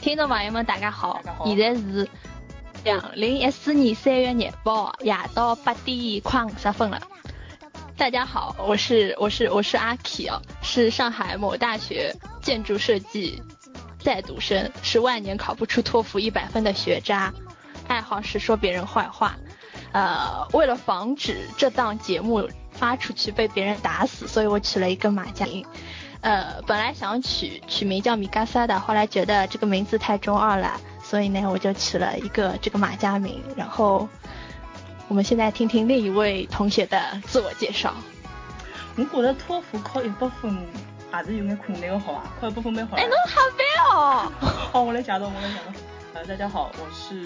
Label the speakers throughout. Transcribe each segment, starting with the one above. Speaker 1: 听众朋友们，大家好
Speaker 2: 大家！好
Speaker 1: 现在是两零一四年三月廿八号夜到八点快五十分了。大家好，我是我是我是阿 K 哦，是上海某大学建筑设计在读生，是万年考不出托福一百分的学渣，爱好是说别人坏话。呃，为了防止这档节目发出去被别人打死，所以我取了一个马甲音。呃，本来想取取名叫米嘎萨的，后来觉得这个名字太中二了，所以呢，我就取了一个这个马家名。然后，我们现在听听另一位同学的自我介绍。
Speaker 2: 我觉着托福考一百分还是有眼困难的，好啊伐？考一百分蛮好的。
Speaker 1: 哎，侬好烦哦！
Speaker 2: 好，我来介绍，我来介绍。呃，大家好，我是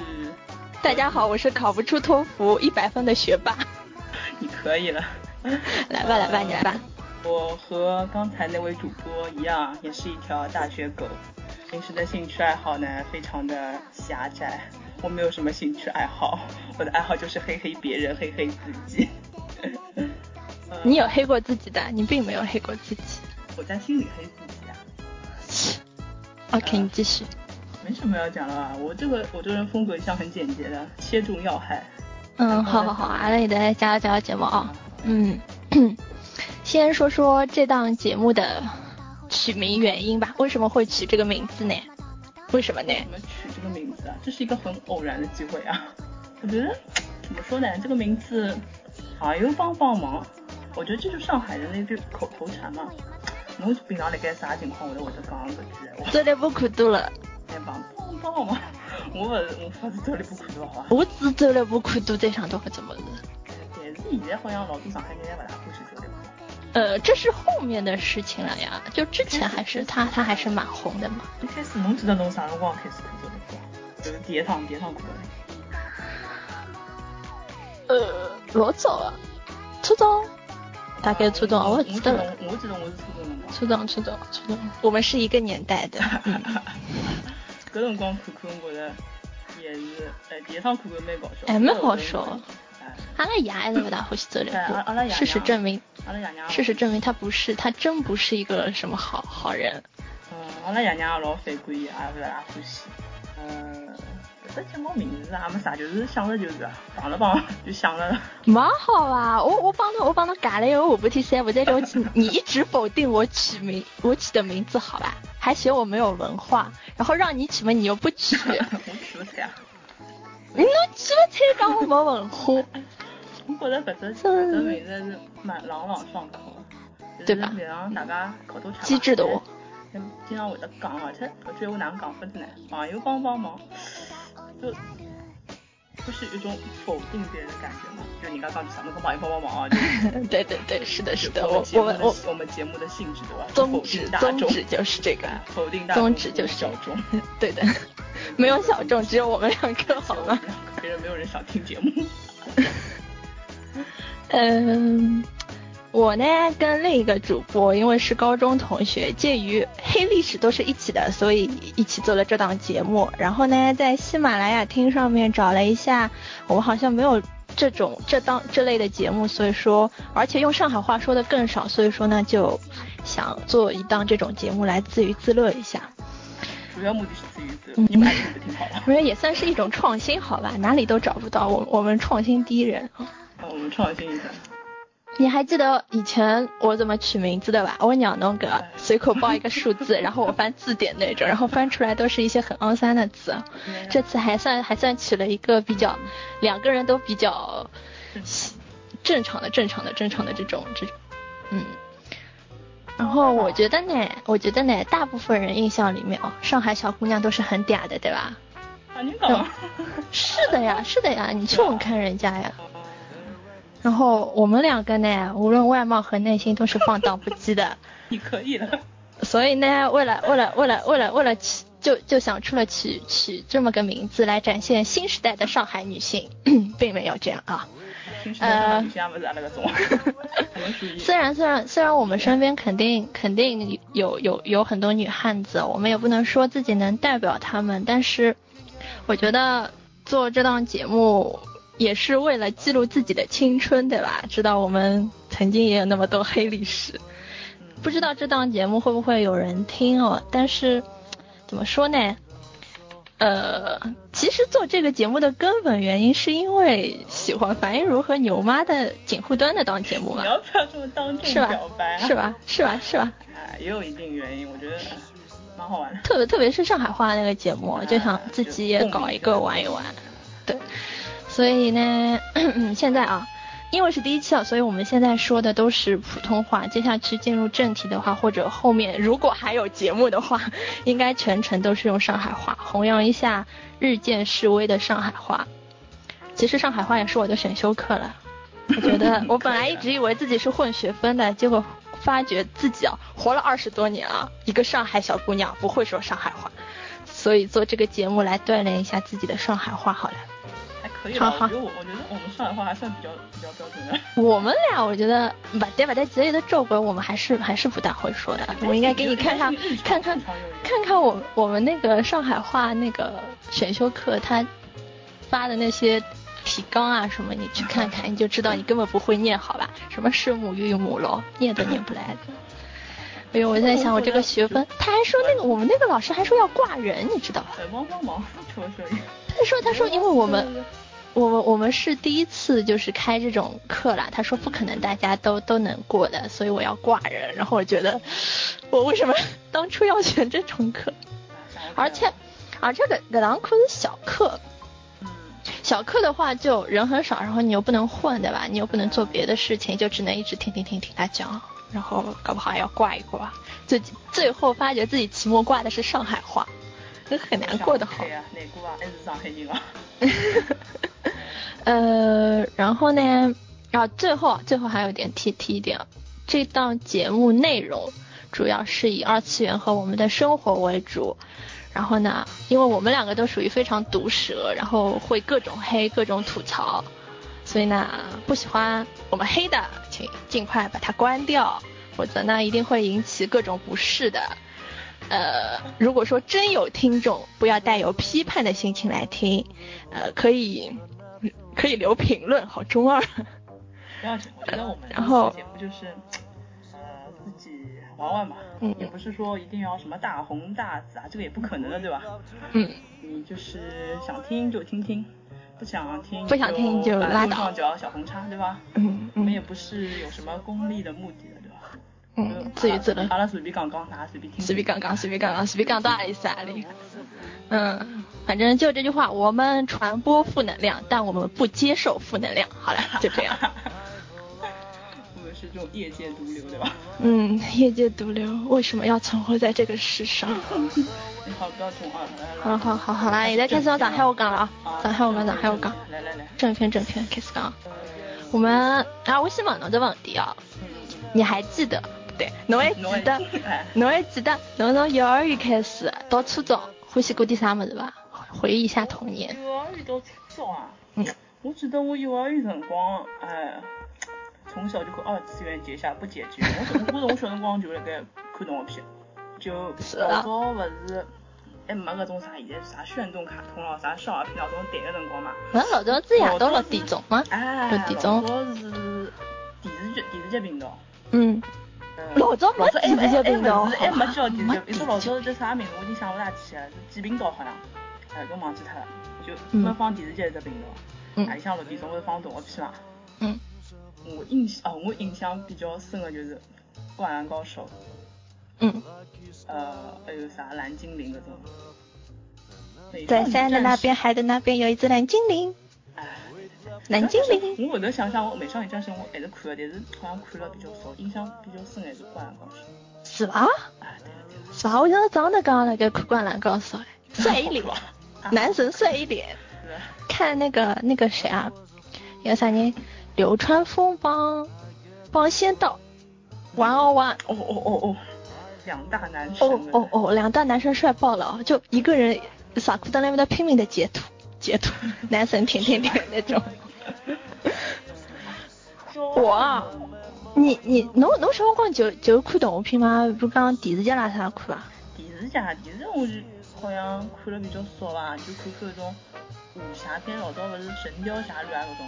Speaker 1: 大家好，我是考不出托福一百分的学霸。
Speaker 2: 你可以了。
Speaker 1: 来吧，来吧，你来吧。
Speaker 2: 我和刚才那位主播一样，也是一条大学狗。平时的兴趣爱好呢，非常的狭窄。我没有什么兴趣爱好，我的爱好就是黑黑别人，黑黑自己。呃
Speaker 1: 你有黑过自己的，你并没有黑过自己。
Speaker 2: 我在心里黑自己啊。
Speaker 1: OK，你继续。
Speaker 2: 没什么要讲了吧？我这个我这个人风格一向很简洁的，切中要害。
Speaker 1: 嗯，好好好，阿拉现在加加节目啊、嗯， 先说说这档节目的取名原因吧，为什么会取这个名字呢？为什么呢？
Speaker 2: 怎么取这个名字啊？这是一个很偶然的机会啊！我觉得怎么说呢，这个名字好像有帮帮忙。我觉得这就是上海人的一句口头禅嘛。侬平常辣盖啥情况下头会得讲搿句闲话？
Speaker 1: 走了不可多了，
Speaker 2: 来帮帮帮忙！我勿是我勿是走里不看到好伐？
Speaker 1: 我只走了不可多，再上到搿只么子。
Speaker 2: 但是现在好像老多上海人侪勿大欢喜走里不看。
Speaker 1: 呃，这是后面的事情了呀，就之前还是他他还是蛮红的嘛。
Speaker 2: 一开始侬记得侬啥辰光开始看走里不看？就是第一趟第一趟看的。
Speaker 1: 呃，老早啊，嗯初中，大概初中，哦
Speaker 2: 我
Speaker 1: 我不记得了，
Speaker 2: 我记得我是初中辰光。
Speaker 1: 初中初中初中，我们是一个年代 的。嗯
Speaker 2: 搿辰光看看，我觉着也是，哎，第一趟看看蛮搞笑。
Speaker 1: 哎蛮好笑
Speaker 2: 哎。
Speaker 1: 阿拉爷还是不大欢喜走两步。
Speaker 2: 对阿阿拉爷
Speaker 1: 事实
Speaker 2: 娘
Speaker 1: 证明，
Speaker 2: 阿拉爷娘，
Speaker 1: 事实证明他不是，他真不是一个什么好好人。
Speaker 2: 嗯，阿拉爷娘也老反感伊，也勿大欢喜。嗯，搿只节目名字也啊没啥，就是想着就是啊碰了碰就想了。
Speaker 1: 蛮好啊，我我帮他，我帮他改了一个下半天三，我再叫我起， 你一直否定我取名，我起的名字好吧？还嫌我没有文化，然后让你取 嘛，你又不取，
Speaker 2: 我去勿出呀。
Speaker 1: 你侬取了才讲我没文化，
Speaker 2: 我觉着搿只搿只名字是蛮朗朗上口，
Speaker 1: 对吧
Speaker 2: 就是平常大家口头禅嘛
Speaker 1: 机智的我，
Speaker 2: 嗯经常会得讲，而且搿句闲话哪能讲法子呢？朋友帮帮忙，就就是一种否定别人的感觉嘛。就人家讲句啥，侬跟朋友帮帮忙 啊，就
Speaker 1: 对对对，是的，是
Speaker 2: 是
Speaker 1: 的，
Speaker 2: 我
Speaker 1: 我
Speaker 2: 们节
Speaker 1: 我
Speaker 2: 目的
Speaker 1: 们我
Speaker 2: 我们节目的性质对吧？
Speaker 1: 宗
Speaker 2: 否
Speaker 1: 旨
Speaker 2: 定大
Speaker 1: 宗
Speaker 2: 众，
Speaker 1: 旨就是这个，
Speaker 2: 否定大众，
Speaker 1: 宗旨就是
Speaker 2: 小众，
Speaker 1: 对的，没有小众，只有我们两个好吗？
Speaker 2: 别人没有人想听节目。
Speaker 1: 嗯，我呢跟另一个主播，因为是高中同学，介于黑历史都是一起的，所以一起做了这档节目。然后呢，在喜马拉雅听上面找了一下，我们好像没有这种这档这类的节目，所以说，而且用上海话说的更少，所以说呢，就想做一档这种节目来自娱自乐一下。
Speaker 2: 主要目的是自娱
Speaker 1: 嗯
Speaker 2: 自乐，你们爱听不听好了。
Speaker 1: 我觉得也算是一种创新，好吧，哪里都找不到我，我们创新第一人。
Speaker 2: 啊，我们创 新一下。
Speaker 1: 你还记得以前我怎么取名字的吧？我鸟弄个随口报一个数字，然后我翻字典那种，然后翻出来都是一些很肮脏的字。这次还算还算取了一个比较，两个人都比较正常的、正常的、正常的这种这种，嗯。然后我觉得呢，我觉得呢，大部分人印象里面哦，上海小姑娘都是很嗲的，对吧？嗯
Speaker 2: 啊，你讲。
Speaker 1: 是的呀，是的呀，你去问看人家呀。
Speaker 2: 啊
Speaker 1: 然后我们两个呢，无论外貌和内心都是放荡不羁的。
Speaker 2: 你可以了。
Speaker 1: 所以呢，为了为了为了为了为了起，就就想出了起起这么个名字来展现新时代的上海女性， 并没有这样啊。
Speaker 2: 平时在底下不是阿 拉搿种，我们属于
Speaker 1: 虽然虽然虽然我们身边肯定肯定有有有很多女汉子，我们也不能说自己能代表她们，但是我觉得做这档节目也是为了记录自己的青春，对吧？知道我们曾经也有那么多黑历史，
Speaker 2: 嗯
Speaker 1: 不知道这档节目会不会有人听哦？但是怎么说呢？呃，其实做这个节目的根本原因是因为喜欢樊一茹和牛妈的警护端的档节目
Speaker 2: 你
Speaker 1: 嘛，
Speaker 2: 要不要这么当众
Speaker 1: 是吧
Speaker 2: 表白、？啊？
Speaker 1: 是？吧？是吧？是吧？
Speaker 2: 哎，也有一定原因，我觉得蛮好玩的。
Speaker 1: 特别特别是上海话那个节目，就想自己也搞一个玩一玩。对，所以呢， 现在啊，因为是第一期啊，所以我们现在说的都是普通话。接下去进入正题的话，或者后面如果还有节目的话， 应该全程都是用上海话，弘扬一下日渐式微的上海话。其实上海话也是我的选修课了。我觉得我本来一直以为自己是混学分的，结果发觉自己啊活了二十多年啊，一个上海小姑娘不会说上海话，所以做这个节目来锻炼一下自己的上海话好了。
Speaker 2: 还哎可以吧？
Speaker 1: 好
Speaker 2: 我
Speaker 1: 好
Speaker 2: 觉得我我觉得我们上海话还算比较比较标准的。
Speaker 1: 我们俩我觉得把对把在嘴里的皱鬼，我们还是还是不大会说的。 我应该给你看看
Speaker 2: 日
Speaker 1: 看
Speaker 2: 常
Speaker 1: 看
Speaker 2: 日常用语
Speaker 1: 看看我我们那个上海话那个选修课他发的那些提纲啊什么，你去看看，你就知道你根本不会念，好 吧？什么是母韵母咯，念都念不来 的。哎呦，我在想我这个学 分，他还说那个我们那个老师还说要挂人，你知道吧？
Speaker 2: 呃，汪汪汪，说说一下。
Speaker 1: 他说他说因为我们我们我们是第一次就是开这种课啦，他说不可能大家都都能过的，所以我要挂人。然后我觉得我为什么当初要选这种课？而且而这个葛朗库是小课，
Speaker 2: 嗯，
Speaker 1: 小课的话就人很少，然后你又不能混对吧？你又不能做别的事情，就只能一直听听听听他讲，然后搞不好还要挂一挂。最最后发觉自己期末挂的是上海话，那很难过的好
Speaker 2: 对。呀，哪个啊？还是上海人啊？
Speaker 1: 呃，然后呢，啊，最后最后还有一点提提一点啊，这档节目内容主要是以二次元和我们的生活为主。然后呢，因为我们两个都属于非常毒舌，然后会各种黑、各种吐槽，所以呢，不喜欢我们黑的，请尽快把它关掉，否则呢，一定会引起各种不适的。呃，如果说真有听众，不要带有批判的心情来听，呃，可以可以留评论，好中二。
Speaker 2: 不要紧，我觉得我们
Speaker 1: 然后
Speaker 2: 这期节目就是，呃，自己玩玩嘛，
Speaker 1: 嗯
Speaker 2: 也不是说一定要什么大红大紫啊，这个也不可能的，对吧？
Speaker 1: 嗯，
Speaker 2: 你就是想听就听听，不想听
Speaker 1: 不想听就拉倒
Speaker 2: 上脚小红叉，对吧？
Speaker 1: 嗯
Speaker 2: 我们也
Speaker 1: 嗯
Speaker 2: 不是有什么功利的目的的，对吧？
Speaker 1: 嗯，自娱自乐
Speaker 2: 阿，拉随便讲讲，大家随便听。
Speaker 1: 随便讲讲，随便讲讲，随便讲到阿里是阿里。嗯，反正就这句话，我们传播负能量，但我们不接受负能量。好了，就这 样。
Speaker 2: 我们是这种业界毒瘤，对吧？
Speaker 1: 嗯，业界毒瘤为什么要存活在这个世上？
Speaker 2: 你好，不要中二，来来来。
Speaker 1: 好好好好啦，现在开始要上海话讲了啊，上海话讲，上海话讲，
Speaker 2: 来来来，
Speaker 1: 正片正片开始讲。我们啊，我先问侬只问题啊，你还记得不对？侬 还
Speaker 2: 侬还
Speaker 1: 记得？
Speaker 2: 哎，
Speaker 1: 侬还记得侬从幼儿园开始到初中欢喜过点啥么子伐？回忆一下童年。
Speaker 2: 幼儿园到初中啊，
Speaker 1: 嗯
Speaker 2: 我记得我幼儿园辰光，哎，从小就和二次元结下不解决。我从我从小辰光就辣盖看动画片，就老早勿
Speaker 1: 啊
Speaker 2: 是还没搿种啥，现在啥炫动卡通咯，啥少儿频道搿种台个辰光嘛。
Speaker 1: 那老早子夜到六点钟吗？
Speaker 2: 哎，
Speaker 1: 六点钟
Speaker 2: 老早是电视剧电视剧频道。
Speaker 1: 嗯，
Speaker 2: 嗯
Speaker 1: 老早没
Speaker 2: 哎
Speaker 1: 电视剧频道
Speaker 2: 哎哎哎没叫电视剧，
Speaker 1: 没
Speaker 2: 一说老早叫啥名字我已经想不大起来了，是几频道好像，哎，我忘记脱了，就
Speaker 1: 嗯
Speaker 2: 没放电视剧只频道，
Speaker 1: 嗯
Speaker 2: 啊，里向六点钟会放动画片嘛。
Speaker 1: 嗯，
Speaker 2: 我印象啊，我印象比较深的就是《灌篮高手》，
Speaker 1: 嗯，
Speaker 2: 呃，还有啥《蓝精灵》搿种。美少
Speaker 1: 在
Speaker 2: 女
Speaker 1: 山的
Speaker 2: 战
Speaker 1: 那
Speaker 2: 士
Speaker 1: 边，海的那边有一只蓝精灵，
Speaker 2: 哎
Speaker 1: 蓝精灵。
Speaker 2: 我后头想想，我《美少女战士》我还是看的，但是好像看了比较少，印象比较深还是《灌篮高手》。
Speaker 1: 是伐？
Speaker 2: 哎，对了对了，
Speaker 1: 是伐？我像早上头刚刚那个看《灌篮高手》哎， 帅一脸，男神帅一脸。
Speaker 2: 是吧
Speaker 1: 看那个那个谁啊，有啥人？流川枫帮帮仙道玩哦玩，
Speaker 2: 哦哦哦哦，两大男神
Speaker 1: 哦哦哦，两大男生帅爆了，哦就一个人傻裤裆那边的拼命的截图，截图，男神舔舔舔那种。我啊，你你侬侬小辰光就就看动画片吗？不是讲电视剧啦啥看啊？
Speaker 2: 电视剧啊，电视我就好像看了比较少吧，就看看那种武侠片，老早勿是《神雕侠侣》啊搿种，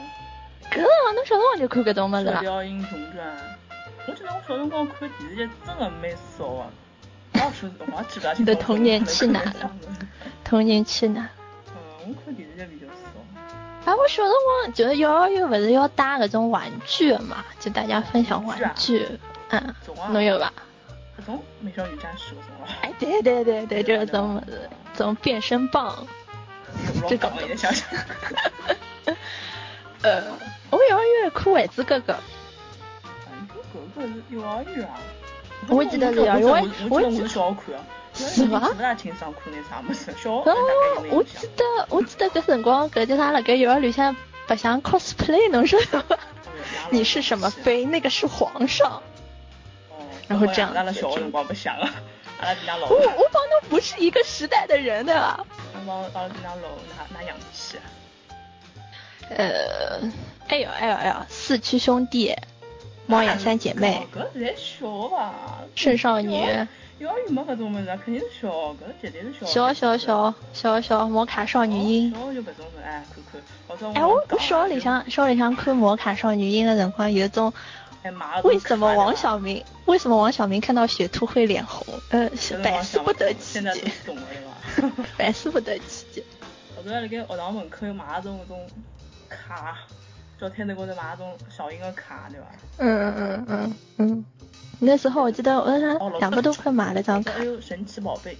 Speaker 1: 搿个啊侬小辰光就看搿种物
Speaker 2: 《
Speaker 1: 事
Speaker 2: 射
Speaker 1: 啦？
Speaker 2: 雕英雄传》。我记得我小辰光看电视剧真的蛮少啊，要说，我要指不了
Speaker 1: 你的童年去哪了？童年去哪？
Speaker 2: 嗯，我可离得比较少。
Speaker 1: 哎，我晓得我就是幼儿园不是要带搿种玩具嘛，就大家分享玩具，嗯，
Speaker 2: 总啊，
Speaker 1: 侬有伐？
Speaker 2: 搿种美少女战士搿种啊，
Speaker 1: 哎，对对对对，就是这种物事，这种变身棒，
Speaker 2: 这
Speaker 1: 这
Speaker 2: 个
Speaker 1: 个
Speaker 2: 我也想想。
Speaker 1: 呃，我幼儿园看丸子哥哥，
Speaker 2: 反正搿哎个是幼儿园啊。
Speaker 1: 我记得是幼儿园
Speaker 2: 我
Speaker 1: 我
Speaker 2: 我
Speaker 1: 我
Speaker 2: 记得我是小学看啊，
Speaker 1: 是
Speaker 2: 伐？
Speaker 1: 吗
Speaker 2: 不大清爽看那啥么子，小学
Speaker 1: 然
Speaker 2: 大
Speaker 1: 后
Speaker 2: 概有
Speaker 1: 我
Speaker 2: 印象
Speaker 1: 记。得我记得搿辰光搿叫啥辣盖幼儿园像白相 cosplay，侬说什么？你是什么妃？那个是皇上。
Speaker 2: 哦？
Speaker 1: 然后这样哦
Speaker 2: 阿拉小学辰光不想 啊，阿拉比㑚老
Speaker 1: 我，我帮侬不是一个时代的人的啊。
Speaker 2: 阿拉阿拉比㑚老哪哪洋气啊？
Speaker 1: 呃，哎呦哎呦哎呦，四驱兄弟，猫眼三姐 妹，
Speaker 2: 搿侪小吧？
Speaker 1: 圣少女，
Speaker 2: 幼儿园没搿种物事啊，肯定是小学，搿绝对是小学。
Speaker 1: 小啊小小小小摩卡少女樱。
Speaker 2: 小学就搿种物事，啊哎，看看。或者
Speaker 1: 哎，我我小学里向小学里向看摩卡少女樱的辰光，有一种
Speaker 2: 哎妈
Speaker 1: 为什么王小明为什么王小明看到雪兔会脸红？呃，是百思不得其
Speaker 2: 现在都
Speaker 1: 解，
Speaker 2: 懂了对伐？
Speaker 1: 百思不得其解。
Speaker 2: 后头辣盖学堂门口有买那种搿种卡，教摊头高头买那种小婴儿卡对伐？
Speaker 1: 嗯嗯嗯嗯，那时候我记得我
Speaker 2: 哦
Speaker 1: 那
Speaker 2: 老
Speaker 1: 两百多块买了张
Speaker 2: 我
Speaker 1: 卡
Speaker 2: 说哎。呦，神奇宝贝，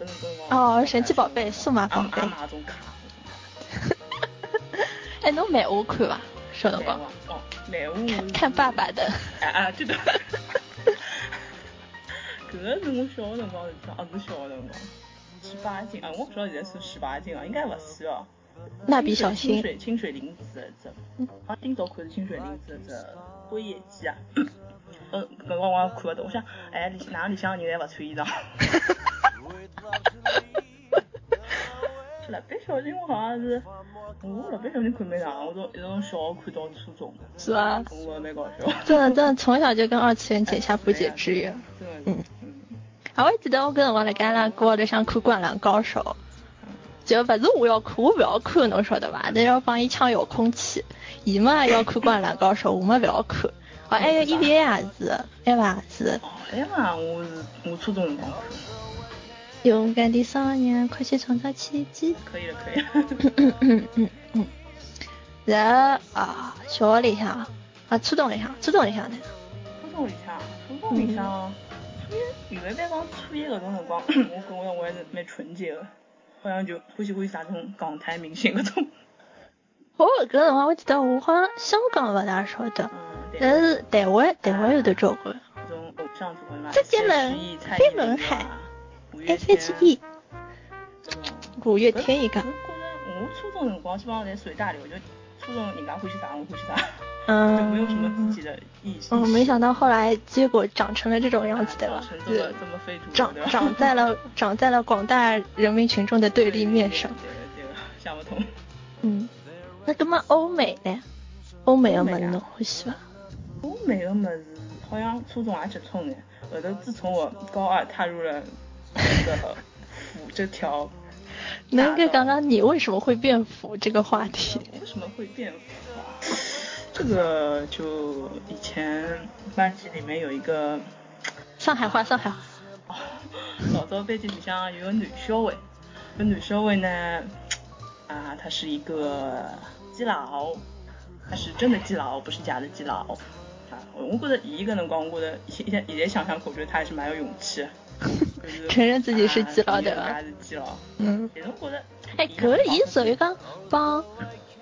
Speaker 2: 搿种搿种。
Speaker 1: 哦，神奇宝贝、数码
Speaker 2: 阿
Speaker 1: 宝
Speaker 2: 姆
Speaker 1: 贝
Speaker 2: 阿。玛那种卡。
Speaker 1: 哎，侬漫画看伐？小辰光
Speaker 2: 漫画哦，漫画
Speaker 1: 看 看爸爸的。
Speaker 2: 哎啊，这个，搿个是我小学辰光是啥？啊，勿是小学辰光，十八禁啊，我勿晓得现在算十八禁啊，应该勿算哦。
Speaker 1: 蜡笔小
Speaker 2: 清
Speaker 1: 新，
Speaker 2: 水清水灵子的这，啊好像今朝看的是清水灵子的这《辉夜姬》啊。呃，搿辰光我也看勿懂，我想，哎，里哪里向人侪勿穿衣裳？ 蜡笔小新我好像是，我蜡笔小新看蛮长，我从一从小学看到初中，
Speaker 1: 是吧？
Speaker 2: 我觉得蛮搞笑。
Speaker 1: 真的真的，从小就跟二次元
Speaker 2: 哎
Speaker 1: 结下不解之缘。
Speaker 2: 真的是
Speaker 1: 嗯
Speaker 2: 嗯。
Speaker 1: 啊，我还记得我跟辰光辣盖阿拉哥屋里向看《灌篮高手》，就勿是我要看，我勿要看，侬晓得伐？但要帮伊抢遥控器，伊嘛要看《灌篮高手》，我嘛勿要看。哦，还有 EVA 也是，EVA 也是。
Speaker 2: 哦，哎嘛，我是我初中辰光看的，
Speaker 1: 勇敢的少年，快去创造奇迹。
Speaker 2: 可以了，可以 了。
Speaker 1: 嗯嗯嗯嗯。然后啊，小学里向啊，啊初中里向，初中里向呢，
Speaker 2: 初中里向，初中里向，哦初一，原来班讲初一搿种辰光， 我感觉我还是蛮纯洁的，好像就欢喜欢喜啥种港台明星 搿种。
Speaker 1: 我搿辰光我记得我好像香港勿大晓得，
Speaker 2: 嗯，对。
Speaker 1: 但是台湾台湾有的交关。
Speaker 2: 搿种偶像组合嘛，
Speaker 1: 周杰伦
Speaker 2: 谢依蔡依林
Speaker 1: 飞
Speaker 2: 啊
Speaker 1: 轮海
Speaker 2: 五月
Speaker 1: S
Speaker 2: 天啊
Speaker 1: H E
Speaker 2: 这种。
Speaker 1: 五月天一
Speaker 2: 搿
Speaker 1: 个
Speaker 2: 我，觉着我初中辰光基本上侪随大流，就初中人家欢喜啥我欢喜啥， 就没有什么自
Speaker 1: 嗯
Speaker 2: 己，的意识。
Speaker 1: 嗯，没想到后来结果长成了这种样子，对吧
Speaker 2: 造成？这么
Speaker 1: 对，
Speaker 2: 这么非主流，
Speaker 1: 长
Speaker 2: 对吧
Speaker 1: 长在 了长在了广大人民群众的对立面上。
Speaker 2: 对的对的，想不通。
Speaker 1: 嗯，那搿么欧美呢？欧美的
Speaker 2: 欧美
Speaker 1: 么
Speaker 2: 啊
Speaker 1: 侬欢喜伐？
Speaker 2: 欧美的么子好像初中也接触眼，后头自从我高二踏入了这个腐这条，
Speaker 1: 能给讲讲你为什么会变腐这个话题？
Speaker 2: 为什么会变腐啊？这个就以前班级里面有一个，
Speaker 1: 上海话，上海话。
Speaker 2: 老早班级里向有个男小孩，搿男小孩呢，啊，他是一个基佬，他是真的基佬，不是假的基佬。啊，我觉得伊搿辰光，我觉得现现在现在想想看，我觉得他还是蛮有勇气的。就是
Speaker 1: 承认自己是基佬
Speaker 2: 啊
Speaker 1: 对吧
Speaker 2: 承认自己是基佬，
Speaker 1: 嗯，
Speaker 2: 但是我觉得，
Speaker 1: 哎，可以属于讲帮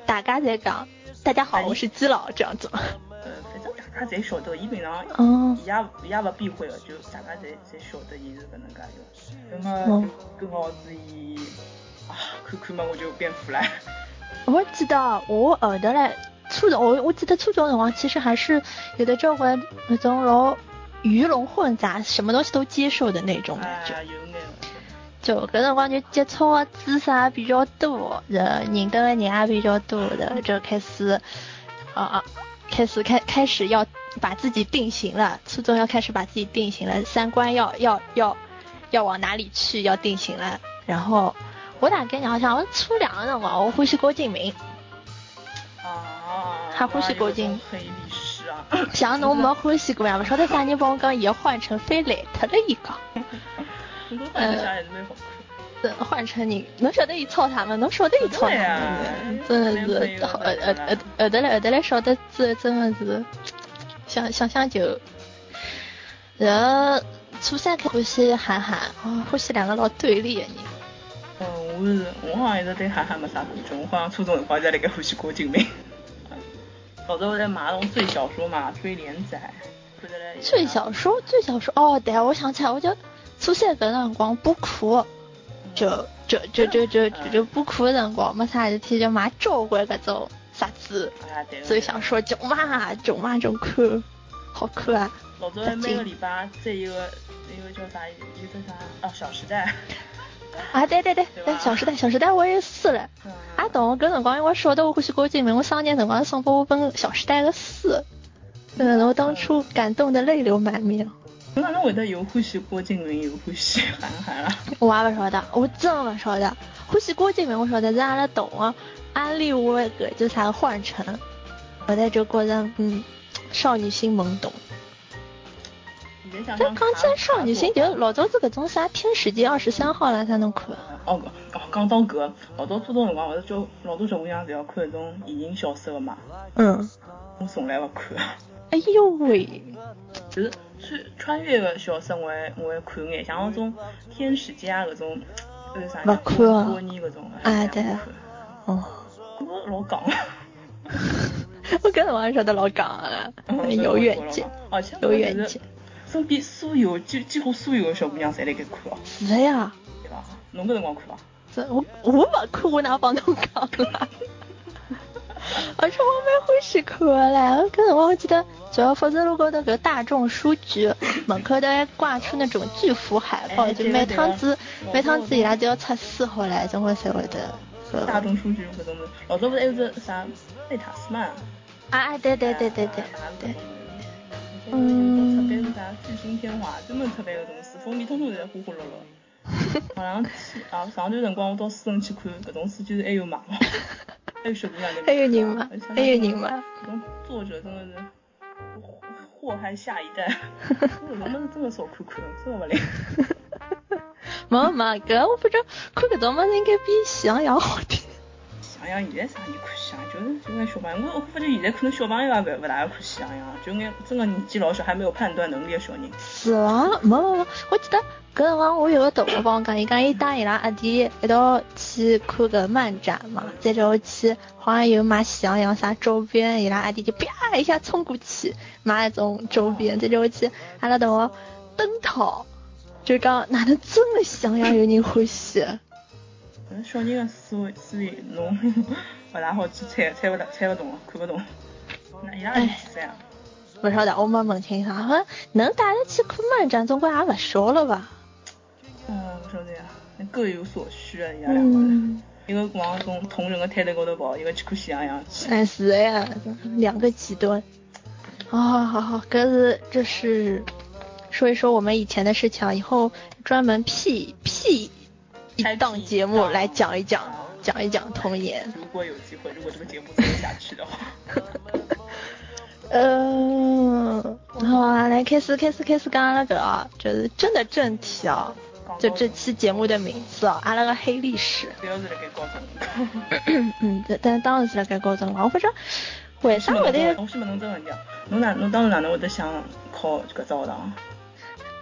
Speaker 1: 大家在讲，大家好，我是基佬这样子吗？
Speaker 2: 呃，反正大家侪晓得，伊平常
Speaker 1: 哦，
Speaker 2: 伊也伊也勿避讳个，就大家侪侪晓得伊是搿能介个。那
Speaker 1: 哦
Speaker 2: 么就搿个儿子伊啊，看看嘛，我就变腐了。
Speaker 1: 我记得我后头来初中，我我记得初中的辰光其实还是有的交关那种老呃鱼龙混杂，什么东西都接受的那种感觉。
Speaker 2: 哎，有眼个。
Speaker 1: 就搿辰光就接触的知识也比较多，然后认得的人也比较多，然后就开始，啊、啊，开始开开始要把自己定型了，初中要开始把自己定型了，三观要要要要往哪里去要定型了。然后我大概好像我初两的辰光，我欢喜郭敬明，
Speaker 2: 啊，
Speaker 1: 还欢喜狗精
Speaker 2: 那有种黑历史 啊！
Speaker 1: 像侬没欢喜过呀，勿晓得啥人帮我讲，伊换成非来特了伊讲。
Speaker 2: 很多犯罪小孩子被哄睡。
Speaker 1: 换成你能晓得伊操他们，侬晓得伊操他们，真的是，呃呃呃后头来后头来晓得之后，真的是想想想就，然后初三开始欢喜韩寒，哦，欢喜两个老对立的人。
Speaker 2: 嗯，我是我好像一直对韩寒没啥感觉，我好像初中辰光在辣盖欢喜郭敬 明。老早我在买那种追小说嘛，追连载。
Speaker 1: 追
Speaker 2: 啊
Speaker 1: 小说，追小说，哦，对，我想起来，我就初三搿辰光补课。就就就就就就补课的辰光，没啥事体就买交关搿种杂志，所以想说就买就买就看，好看啊！
Speaker 2: 老早每个礼拜追一个那个叫啥，一个叫啥哦，《小时代》
Speaker 1: 啊，对对对对，《小时代》《小时代》我也是嘞。
Speaker 2: 嗯
Speaker 1: 啊，懂搿辰光，因为我晓得我欢喜郭敬明，我生日辰光送拨我本《小时代》的书，嗯，我当初感动的泪流满面。
Speaker 2: 哪能会得又欢喜郭敬明又欢喜韩寒啊？
Speaker 1: 我也勿晓得，我真勿晓得。欢喜郭敬明，我晓得是阿拉同学安利我一个叫啥幻城，后头就觉着嗯少女心懵懂。
Speaker 2: 但
Speaker 1: 讲起来少女心，就老早子搿种啥《天使街二十三号》啦，啥侬看？
Speaker 2: 哦哦，讲到搿，老早初中辰光，勿是叫老多小姑娘侪要看搿种言情小说嘛？
Speaker 1: 嗯。
Speaker 2: 我从来勿看。
Speaker 1: 哎呦喂！
Speaker 2: 就是穿穿越个小说，我还我还看眼，像那种天使街啊，搿种是啥？
Speaker 1: 勿看啊！
Speaker 2: 过年搿种。
Speaker 1: 啊对。哦。
Speaker 2: 我老讲。
Speaker 1: 我搿辰光晓得老讲了，
Speaker 2: 嗯
Speaker 1: 有远见，
Speaker 2: 哦
Speaker 1: 有远见。
Speaker 2: 身边所有几几乎所有个小姑娘侪辣盖看哦。
Speaker 1: 是哎呀。
Speaker 2: 对伐？侬搿辰光看伐？
Speaker 1: 这我我勿看，我哪帮侬讲啦？而 且我蛮欢喜看的嘞，我搿辰光我记得，主要福士路高头搿大众书局门口头还挂出那种巨幅海
Speaker 2: 哎
Speaker 1: 报，就每趟子每趟子伊拉都要出书好唻，总归才会得。
Speaker 2: 大众书局搿种，老早勿是还有只啥贝塔斯曼？
Speaker 1: 啊，对对对对
Speaker 2: 呃
Speaker 1: 对对。
Speaker 2: 嗯。特别是啥巨星天华，专门出版搿种书，封面通通侪花花绿绿。 好像去啊，上段辰光我到书城去看，搿种书居然还有卖。还有什么呀？
Speaker 1: 还有你
Speaker 2: 啊
Speaker 1: 吗？还有你吗？
Speaker 2: 这种作者真的是祸害下一 代。我他妈是真的少看看，真的不灵。
Speaker 1: 没没，搿我不知道，看搿种物事应该比喜羊羊好点。
Speaker 2: 喜羊羊现在啥人看啊喜羊？就是就眼小朋友，我我发觉现在可能小朋友也勿勿大爱看喜羊羊，就眼真的年纪老小还没有判断能力的小人。
Speaker 1: 是啊，没没没，我记得搿辰光我有个同学帮我讲，伊讲伊带伊拉阿哎弟一道。去看个漫展嘛，再叫去好像有买喜羊羊啥周边，伊拉阿弟就啪一下冲过去买一种周边，再叫去阿拉同学灯讨，就讲哪能真的喜羊羊有人欢喜？
Speaker 2: 嗯，小人的思维思维 侬勿大好去猜，猜勿到，猜勿懂，看勿懂。伊拉几岁啊？
Speaker 1: 勿晓得，我没问清爽，好像能带得去看漫展，总归也勿少了吧？
Speaker 2: 嗯，勿晓得呀。各有所需啊，伊拉两个
Speaker 1: 嗯
Speaker 2: 人，一个往从同仁个摊头高头跑，一个去看喜羊羊去。
Speaker 1: 哎，是呀，两个极端。哦，好好，搿是这是说一说我们以前的事情啊，以后专门辟辟一档节目来讲一讲，讲一讲童年。
Speaker 2: 如果有机会，如果这个节目做下去的话。
Speaker 1: 呃嗯，好啊，来开始开始开始讲阿拉搿啊，就是真的正题啊。 就这期节目的名字哦，阿拉个黑历史。
Speaker 2: 主要是辣盖高
Speaker 1: 中。嗯，但当然是辣盖高中了。我不知道 为 啥会得。
Speaker 2: 我先问侬这个问题，侬哪侬当时哪能会得想考搿只学堂？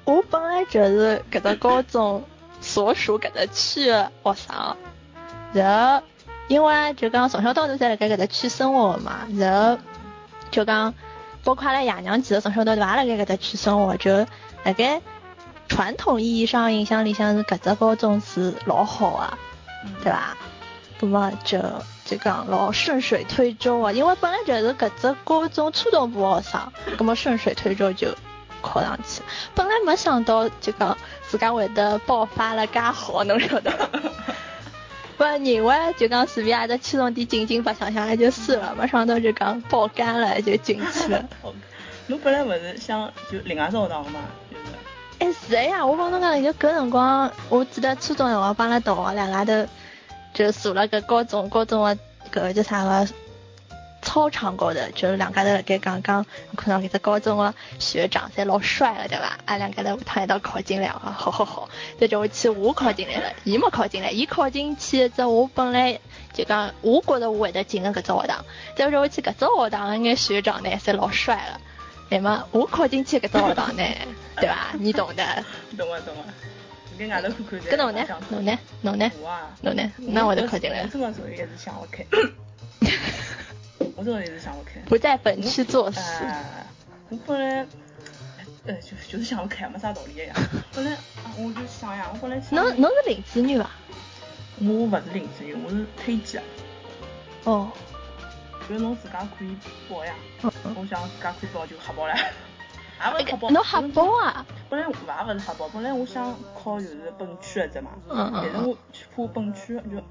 Speaker 1: 我本来就是搿只高中所属搿只区的学生，然后因为就讲从小到大侪辣盖搿只区生活嘛，然后就讲包括阿拉爷娘其实从小到大也辣盖搿只区生活，就辣盖。哎传统意义上，印象里向是搿只高中是老好啊，对伐？那么就就讲老顺水推舟啊，因为本来就是搿只高中初中部学生，那么顺水推舟就考上去。本来没想到就讲自家会得爆发了介好，侬晓得伐？不认为就讲随便阿只区重点进进白相相也就算了，没想到就讲爆肝了就进去了。
Speaker 2: 哦侬本来勿是想就另外只学堂嘛？就是
Speaker 1: 哎，是呀，我帮侬讲，就搿辰光，我记得初中辰光帮拉同学两家头就坐辣搿高中高中个搿叫啥个操场高头，就是两家头辣盖讲讲，看到搿只高中个学长侪老帅个对伐？阿两家头下趟一道考进来啊，好好好。这叫我去，我考进来了，伊没考进来，伊考进去一只我本来就讲，我觉着我会得进个搿只学堂，再叫我去搿只学堂个眼学长呢，侪老帅个。那么我考进去搿只学堂呢，对伐？你懂的。
Speaker 2: 懂啊懂啊。跟外头看看
Speaker 1: 搿侬呢？侬呢？侬呢？
Speaker 2: 我啊，
Speaker 1: 侬呢？那我
Speaker 2: 我
Speaker 1: 得考进来
Speaker 2: 我
Speaker 1: 了。
Speaker 2: 这个时候也是想不 开，我这个也是想不开。
Speaker 1: 不在本区作死。
Speaker 2: 啊，我本来，呃，就就是想不开，没啥道理 的呀。本来啊，我就想呀，我本来想
Speaker 1: 侬侬是林子女啊伐？
Speaker 2: 我勿是林志颖，我是推荐，
Speaker 1: 哦，
Speaker 2: 就是侬自家可以报呀。
Speaker 1: 嗯嗯哎
Speaker 2: 我想自家可以报就瞎报了，也勿是瞎报。
Speaker 1: 侬瞎报啊？
Speaker 2: 本来我也勿是瞎报，本来我想考就是本区的只嘛，
Speaker 1: 嗯
Speaker 2: 但是
Speaker 1: 嗯
Speaker 2: 我去怕本区就，啊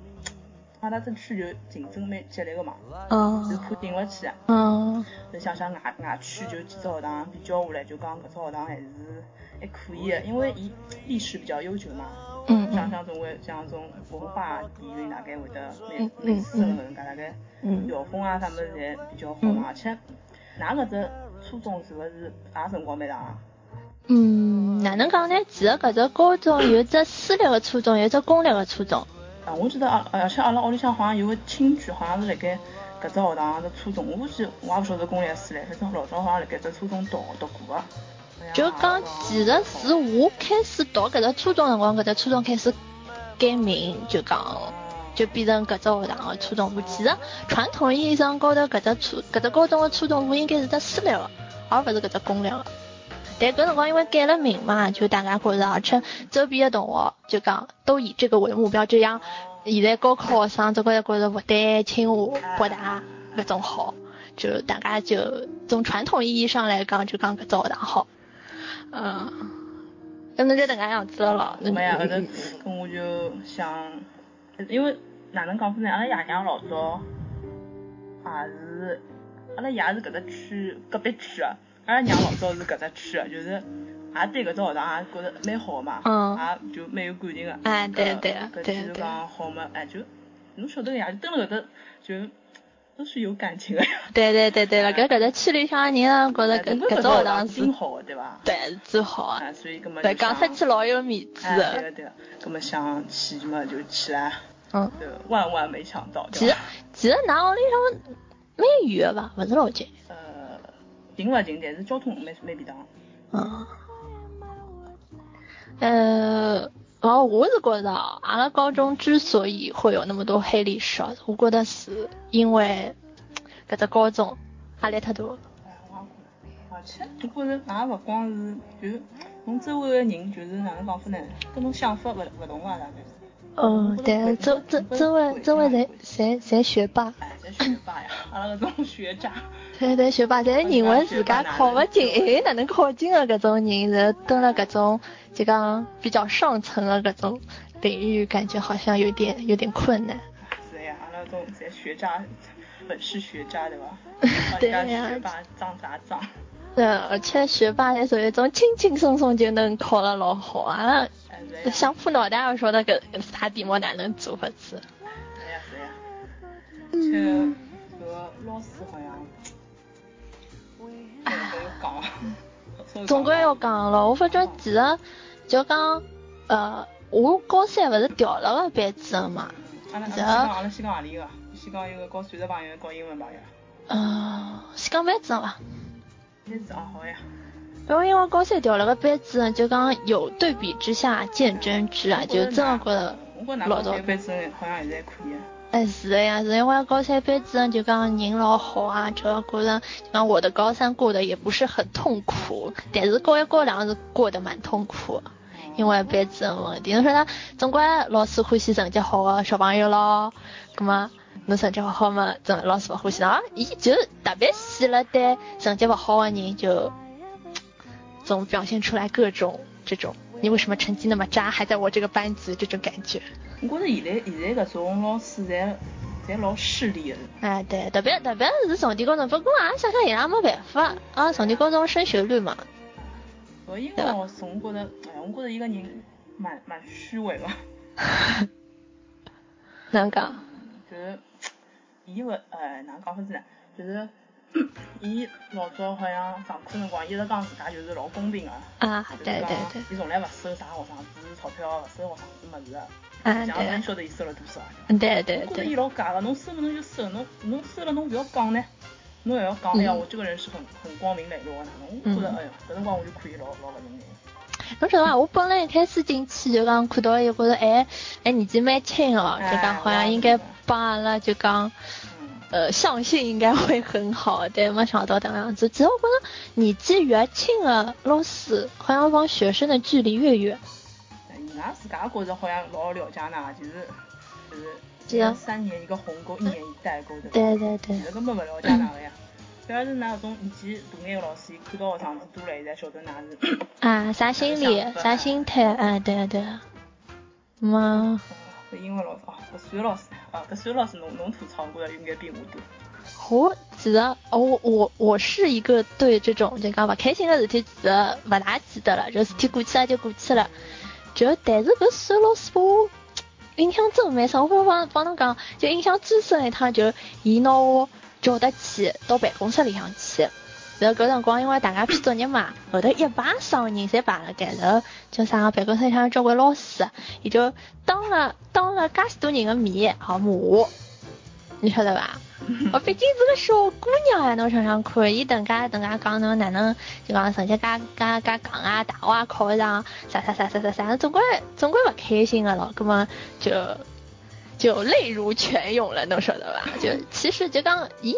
Speaker 2: 阿拉这区就竞争蛮激烈个嘛，就
Speaker 1: 嗯
Speaker 2: 怕进勿去啊。
Speaker 1: 嗯
Speaker 2: 就想想外外区就几只学堂比较下来，就讲搿只学堂还是还可以的，因为伊历史比较悠久嘛。
Speaker 1: 嗯
Speaker 2: 想
Speaker 1: 嗯
Speaker 2: 想总归像这种文化底蕴大概会得
Speaker 1: 嗯
Speaker 2: 蛮
Speaker 1: 嗯
Speaker 2: 蛮深个，人家大概
Speaker 1: 嗯
Speaker 2: 校风啊啥物事侪比较好
Speaker 1: 嗯
Speaker 2: 嘛，而且㑚搿只初中是勿是也辰光蛮长啊？
Speaker 1: 嗯，哪能讲呢？其实搿只高中有一只私立个初中，有一只公立个初中。
Speaker 2: 啊，我记得啊，而且阿拉屋里向好像有个亲眷，好像是辣盖搿只学堂是初中，我估计我也勿晓得公立还是私立，反正老早好像辣盖只初中读读过啊个。
Speaker 1: 就讲，其实是我开始读搿只初中辰光，搿只初中开始改名，就讲就变成搿只学堂个初中部。其实传统意义上高头搿只初搿只高中个初中部应该是只私立个，而勿是搿只公立个。但搿辰光因为改了名嘛，就大家觉着，而且周边的同学就讲都以这个为目标，就像现在高考学生总归觉着复旦、清华、北大搿种好，就大家就从传统意义上来讲，就讲搿只学堂好。嗯，那侬就迭个样子了咯。
Speaker 2: 没呀，后头
Speaker 1: 嗯
Speaker 2: 跟我就想，因为哪能讲法呢？阿拉爷娘老早也是，阿拉爷是搿只区隔壁区啊，阿拉娘老早是搿只区啊，就是也对搿只学堂也觉着蛮好嘛，
Speaker 1: 嗯
Speaker 2: 也就蛮有感情个。
Speaker 1: 哎，对
Speaker 2: 搿
Speaker 1: 对啊
Speaker 2: 搿
Speaker 1: 对对
Speaker 2: 就讲好嘛，哎就，侬晓得个呀，就蹲辣搿搭就都是有感情个呀。
Speaker 1: 对对对对了，搿搿只区里向的人觉着
Speaker 2: 哎
Speaker 1: 搿
Speaker 2: 总归
Speaker 1: 搿只
Speaker 2: 只学
Speaker 1: 学堂
Speaker 2: 挺
Speaker 1: 是
Speaker 2: 好个对伐？
Speaker 1: 对是最好啊。
Speaker 2: 啊，所以搿么
Speaker 1: 对，
Speaker 2: 就
Speaker 1: 讲
Speaker 2: 想，
Speaker 1: 出去老有面子
Speaker 2: 哎对
Speaker 1: 的。
Speaker 2: 个对个，搿么想去嘛就去啦。
Speaker 1: 嗯，
Speaker 2: 呃，万万没想到，
Speaker 1: 其
Speaker 2: 对
Speaker 1: 实
Speaker 2: 吧？
Speaker 1: 其实㑚屋里向蛮远的伐？勿是老近。
Speaker 2: 呃，近勿近，但是交通蛮蛮便当。
Speaker 1: 嗯。呃，哦，我是觉得啊，阿拉高中之所以会有那么多黑历史啊，我觉得是因为搿只高中压力太大了。
Speaker 2: 哎我也觉得而且我觉着也勿光是，就是侬周围个人，就是哪能讲法呢？跟侬想法勿勿同啊，大概是。
Speaker 1: 嗯，对，周周周围周围侪侪侪学霸，
Speaker 2: 哎，这学霸呀，阿拉搿种学渣，
Speaker 1: 侪侪学霸，侪认为自家考勿进，哎，哪能考进的搿种人，然后蹲辣搿种就讲比较上层的搿种领域，感觉好像有点有点困难。？
Speaker 2: 是的呀，阿拉搿种侪学渣，本是学渣对伐
Speaker 1: 对
Speaker 2: 呀。
Speaker 1: 呀
Speaker 2: 学霸脏啥脏？
Speaker 1: 对，而且学霸还属于一种轻轻松松就能考了老好啊，
Speaker 2: 哎是的呀，
Speaker 1: 想破脑袋也晓得搿搿啥题目哪能做法子。
Speaker 2: 是哎呀是呀。
Speaker 1: 嗯
Speaker 2: 而且搿老师好像，哎，搿要讲啊，稍微
Speaker 1: 嗯 总归
Speaker 2: 讲啊
Speaker 1: 要讲了，我发觉其实就讲，呃，我高三勿是调了个班主任嘛，
Speaker 2: 阿拉阿
Speaker 1: 然
Speaker 2: 拉先讲，阿拉先讲何里个？先讲一个教数学朋友，教英文朋友。
Speaker 1: 呃，先讲班主任伐？
Speaker 2: 那是啊，好呀。
Speaker 1: 然后因为高三调了个班主任，就讲有对比之下见真知啊，就真的觉得，
Speaker 2: 我觉得
Speaker 1: 老
Speaker 2: 哪
Speaker 1: 早
Speaker 2: 个班主任好像现在还可以啊。
Speaker 1: 哎是的呀，是因为高三班主任就讲人老好啊，主要觉得，就讲我的高三过得也不是很痛苦，但是高一高两是过得蛮痛苦，因为班主任问题，侬说他总归老师欢喜成绩好的小朋友咯，葛么。侬成绩勿好嘛，总老师勿欢喜啊！伊就特别喜了对成绩勿好的人就总表现出来各种这种，你为什么成绩那么渣，还在我这个班级这种感觉。
Speaker 2: 我觉着现在现在搿种老师侪侪老势利的。
Speaker 1: 哎，对，特别特别是重点高中，不过俺想想伊拉没办法，啊，重点高中升学率 嘛，
Speaker 2: 搿英文老呃师，我觉着，哎，我觉着伊个人蛮蛮虚伪个，
Speaker 1: 哪能讲？
Speaker 2: 就是伊勿，哎，哪能讲法子呢？就是伊老早好像上课辰光一直讲自家就是老公平个、
Speaker 1: 啊，
Speaker 2: 就是
Speaker 1: 对
Speaker 2: 讲
Speaker 1: 对对，
Speaker 2: 伊从来勿收啥学生子钞票，勿收学生子物事个。
Speaker 1: 嗯
Speaker 2: 像
Speaker 1: 对
Speaker 2: 侬晓得伊收了多少啊？
Speaker 1: 嗯对对
Speaker 2: 我觉得伊
Speaker 1: 对，
Speaker 2: 老假个，侬收了侬就收，侬侬收了侬勿要讲呢，侬还要讲哎呀，
Speaker 1: 嗯
Speaker 2: 我这个人是很很光明磊落个，我觉得
Speaker 1: 嗯
Speaker 2: 哎呀，搿辰光我就看伊老老勿容易。
Speaker 1: 侬晓得伐？我本来一开始进去就讲看到伊，觉着哎哎年纪蛮轻哦，
Speaker 2: 哎
Speaker 1: 就讲好像应该帮阿拉就讲。
Speaker 2: 嗯，
Speaker 1: 呃，相信应该会很好，但没想到这样子。只要我觉得年纪越轻的老师，好像往学生的距离越远。
Speaker 2: 伊拉自家觉着好像老了解㑚，其实就是
Speaker 1: 是啊
Speaker 2: 三年一个鸿沟，一年一代沟，对伐？
Speaker 1: 对对对
Speaker 2: 其，实根本勿了解㑚个呀。主要是㑚搿种年纪大眼个老师，伊看到学生子多了，伊才晓得㑚是。
Speaker 1: 啊，啥心理
Speaker 2: 想，法嗯
Speaker 1: 啥心态？哎，对对。嘛，
Speaker 2: 搿英文老师哦，搿数学老师啊，搿数学老师侬侬吐槽过的应该比我多。
Speaker 1: 我其实我我我是一个对这种就讲勿开心的事体，其实勿大记得了，就事体过去了就过去了。就但是搿数学老师拨我印象真蛮深，我帮帮帮侬讲，就印象最深的一趟就伊拿我叫得去到办公室里向去。然后搿辰光因为大家批作业嘛，后头一排生人侪排辣盖，然后就啥办公室里向有交关老师，伊就当了当了介许多人的面，好骂我，你晓得伐？我毕竟是个小姑娘呀，侬想想看，伊等家等家讲侬哪能就讲成绩介介介戆啊，大学也考勿上，啥啥啥啥啥啥，总归总归勿开心个咯，葛末就就泪如泉涌了，侬晓得伐？就其实就讲伊。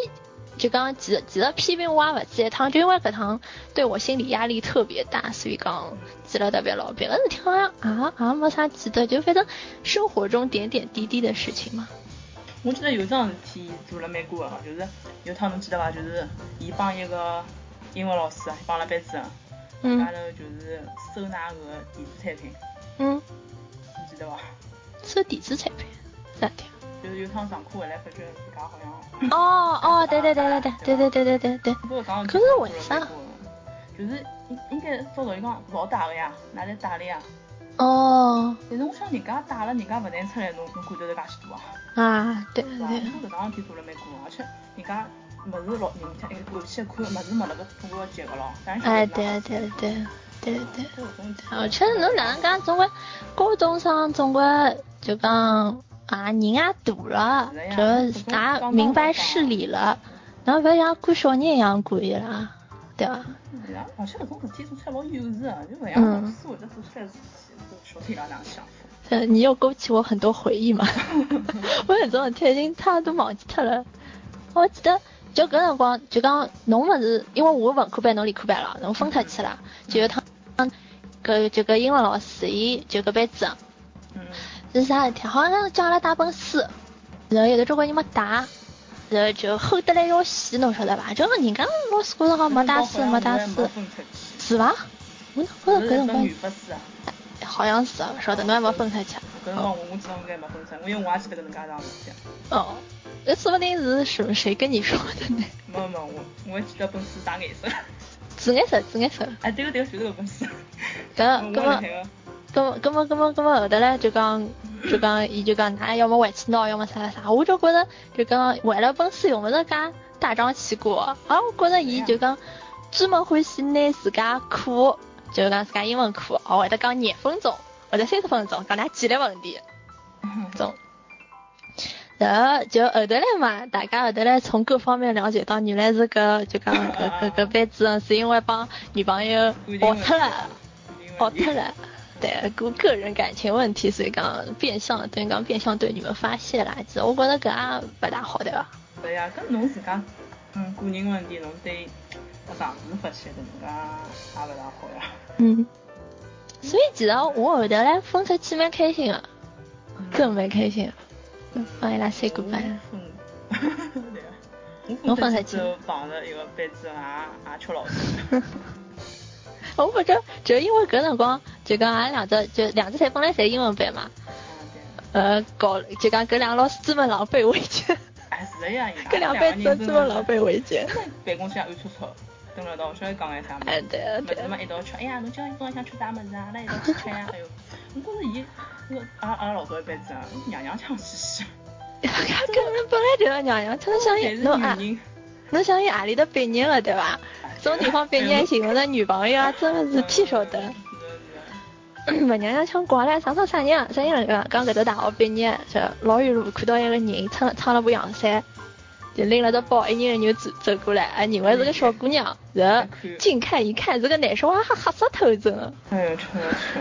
Speaker 1: 就讲几几个批评我也勿记得一趟，就因为搿趟对我心理压力特别大，所以讲记了特别牢。别个事体好像啊啊没啥记得，就反正生活中点点滴滴的事情嘛。
Speaker 2: 我记得有桩事体做了蛮过个，就是有趟侬记得伐？就是伊帮一个英文老师啊，伊帮阿拉班主任，
Speaker 1: 嗯
Speaker 2: 家头就是收㑚搿个电子产品，
Speaker 1: 嗯，
Speaker 2: 侬记得伐？
Speaker 1: 收电子产品，啥体？
Speaker 2: 就是有趟上课回来，发觉自家好像，
Speaker 1: 哦哦，对对对对对对对对对对对，
Speaker 2: 不过讲
Speaker 1: 可是为啥
Speaker 2: 就是应应该照道理讲老打个呀，哪来打了呀？
Speaker 1: 哦
Speaker 2: 但是我想人家打了，人家勿拿出来，侬侬感头是介许多啊？
Speaker 1: 啊，对
Speaker 2: 对伐？
Speaker 1: 对，
Speaker 2: 我搿桩事体做了蛮过分，而且人家物事老人家一回去看，物事没辣个做个结个咯，当然是
Speaker 1: 哎
Speaker 2: 有
Speaker 1: 对
Speaker 2: 那
Speaker 1: 对对对对。
Speaker 2: 种搿种事体
Speaker 1: 而且侬哪能讲，总归啊高中生总归就讲啊，人也大了，就是也明白事理了，然后勿要像管小人一样管伊拉，对伐？
Speaker 2: 对啊而且搿种事体做出来老幼稚个，就勿像老师会得做出来事体，就晓得伊拉哪能想法。
Speaker 1: 呃，你又勾起我很多回忆 嘛。我有种事体已经差不多忘记脱了。我记得就搿辰光，就讲侬勿是因为我文科班，侬理科班了，侬分脱去了，就有趟搿就搿英文老师，伊就搿班主任。
Speaker 2: 嗯，
Speaker 1: 是啥事体？好像叫阿拉带本书，然后有的交关人没带，然后就吼得来要死，侬晓得伐？就讲人家老师觉着好没带书，没带书，
Speaker 2: 嗯
Speaker 1: 是伐？我
Speaker 2: 搿
Speaker 1: 哪
Speaker 2: 是
Speaker 1: 觉着搿辰光
Speaker 2: 一本语法书啊，
Speaker 1: 好像是啊，勿晓得侬还没分出去。啊
Speaker 2: 搿辰光我我知道应该没分成，因为我也记得搿能介桩事体。
Speaker 1: 哦，那说不定是谁谁跟你说的呢？
Speaker 2: 没没，我我还记得本书啥颜色。
Speaker 1: 紫颜色，紫颜色。
Speaker 2: 哎，对个对个，就是搿本书。
Speaker 1: 搿
Speaker 2: 我
Speaker 1: 搿
Speaker 2: 辣
Speaker 1: 么
Speaker 2: 海个。
Speaker 1: 搿么搿么搿么搿么后头嘞，就讲就讲，伊就讲，㑚要么回去拿，要么啥啥啥，我就觉着就讲为了本书用勿着介大张旗鼓，啊，我觉着伊就讲专门欢喜拿自家课，就讲自家英文课，哦，会得讲廿分钟或者三十分钟，讲㑚纪律问题，种。然后就后头来嘛，大家后头来从各方面了解到，原来是搿就讲搿搿搿班主任是因为帮女朋友跑脱了。哦，当然，对，个个人感情问题，所以讲变相等于讲变相对你们发泄啦。其实我觉得搿也勿大好，对伐？
Speaker 2: 对呀，搿侬自家，嗯，个人问题侬对搿上司发泄搿能介也勿大好呀。
Speaker 1: 嗯。所以其实我后头来分出去蛮开心的，真蛮开心的。帮伊拉 say goodbye。
Speaker 2: 分，对呀。
Speaker 1: 侬
Speaker 2: 我
Speaker 1: 分
Speaker 2: 分
Speaker 1: 得
Speaker 2: 得
Speaker 1: 清
Speaker 2: 清。碰着一个班主任也也吃老师。
Speaker 1: 我不就就因为搿辰光，就讲俺两只就两只侪本来侪英文班嘛，
Speaker 2: 嗯对
Speaker 1: 呃，搞就讲搿两个老师专门狼狈为奸，
Speaker 2: 哎，是的呀，伊拉
Speaker 1: 搿两
Speaker 2: 个
Speaker 1: 班
Speaker 2: 人
Speaker 1: 主
Speaker 2: 真
Speaker 1: 任
Speaker 2: 的
Speaker 1: 专门狼狈为奸。
Speaker 2: 真的哎办公室也暗搓搓，蹲了一道，勿晓得讲眼啥物
Speaker 1: 哎，
Speaker 2: 事。
Speaker 1: 对
Speaker 2: 么
Speaker 1: 对
Speaker 2: 子。嘛一道吃，哎呀，侬今朝中浪向吃啥物事啊？阿拉一道去吃呀！哎哟，我觉着伊，那个阿拉阿拉老早一班子啊，娘娘腔兮兮，
Speaker 1: 搿人本来就要娘娘，真的像
Speaker 2: 侪是
Speaker 1: 侬啊。
Speaker 2: 女人，
Speaker 1: 侬相信阿里的毕业了对伐？从地方毕业寻了女朋友啊，真的是天晓得。勿娘娘腔怪唻，上上啥人？啥人讲讲搿只大学毕业，就老远路看到一个人撑撑了把洋伞，就拎了只包，一扭一扭走走过来，哎，认为是个小姑娘，然后近看一看是个男小孩，哈吓死头真的。
Speaker 2: 哎呦，吃了吃。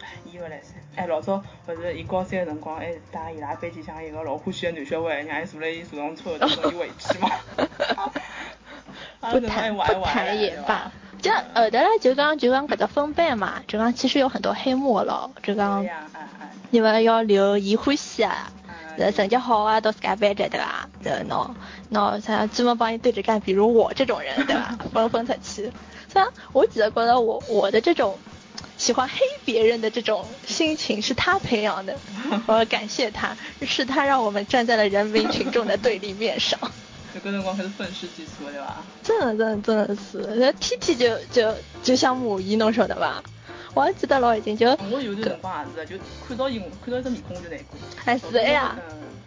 Speaker 2: 哎，伊勿来三。哎，老早勿是伊高三个辰光，还带伊拉班级像一个老欢喜个男小孩，让伊坐辣伊坐上车，送伊回去 嘛。 啊
Speaker 1: 不谈不谈也罢。就后头来就讲就讲搿只分班嘛，就讲其实有很多黑幕咯，就讲
Speaker 2: 哎
Speaker 1: 你们要留伊欢喜啊，
Speaker 2: 呃
Speaker 1: 成绩好啊到自家班级对伐？对喏喏像专门帮伊对着干，比如我这种人对伐？分分出去，虽然我只是觉得我我的这种喜欢黑别人的这种心情是他培养的，我要感谢他，是他让我们站在了人民群众的对立面上。
Speaker 2: 就搿辰光开始愤世嫉俗对伐？
Speaker 1: 真的真的真的是，那天天就就就像蚂蚁，侬晓得伐？我还记得老已经就。
Speaker 2: 我有段辰光也是，就看到伊，看到伊只面孔就难过。
Speaker 1: 哎，是的呀，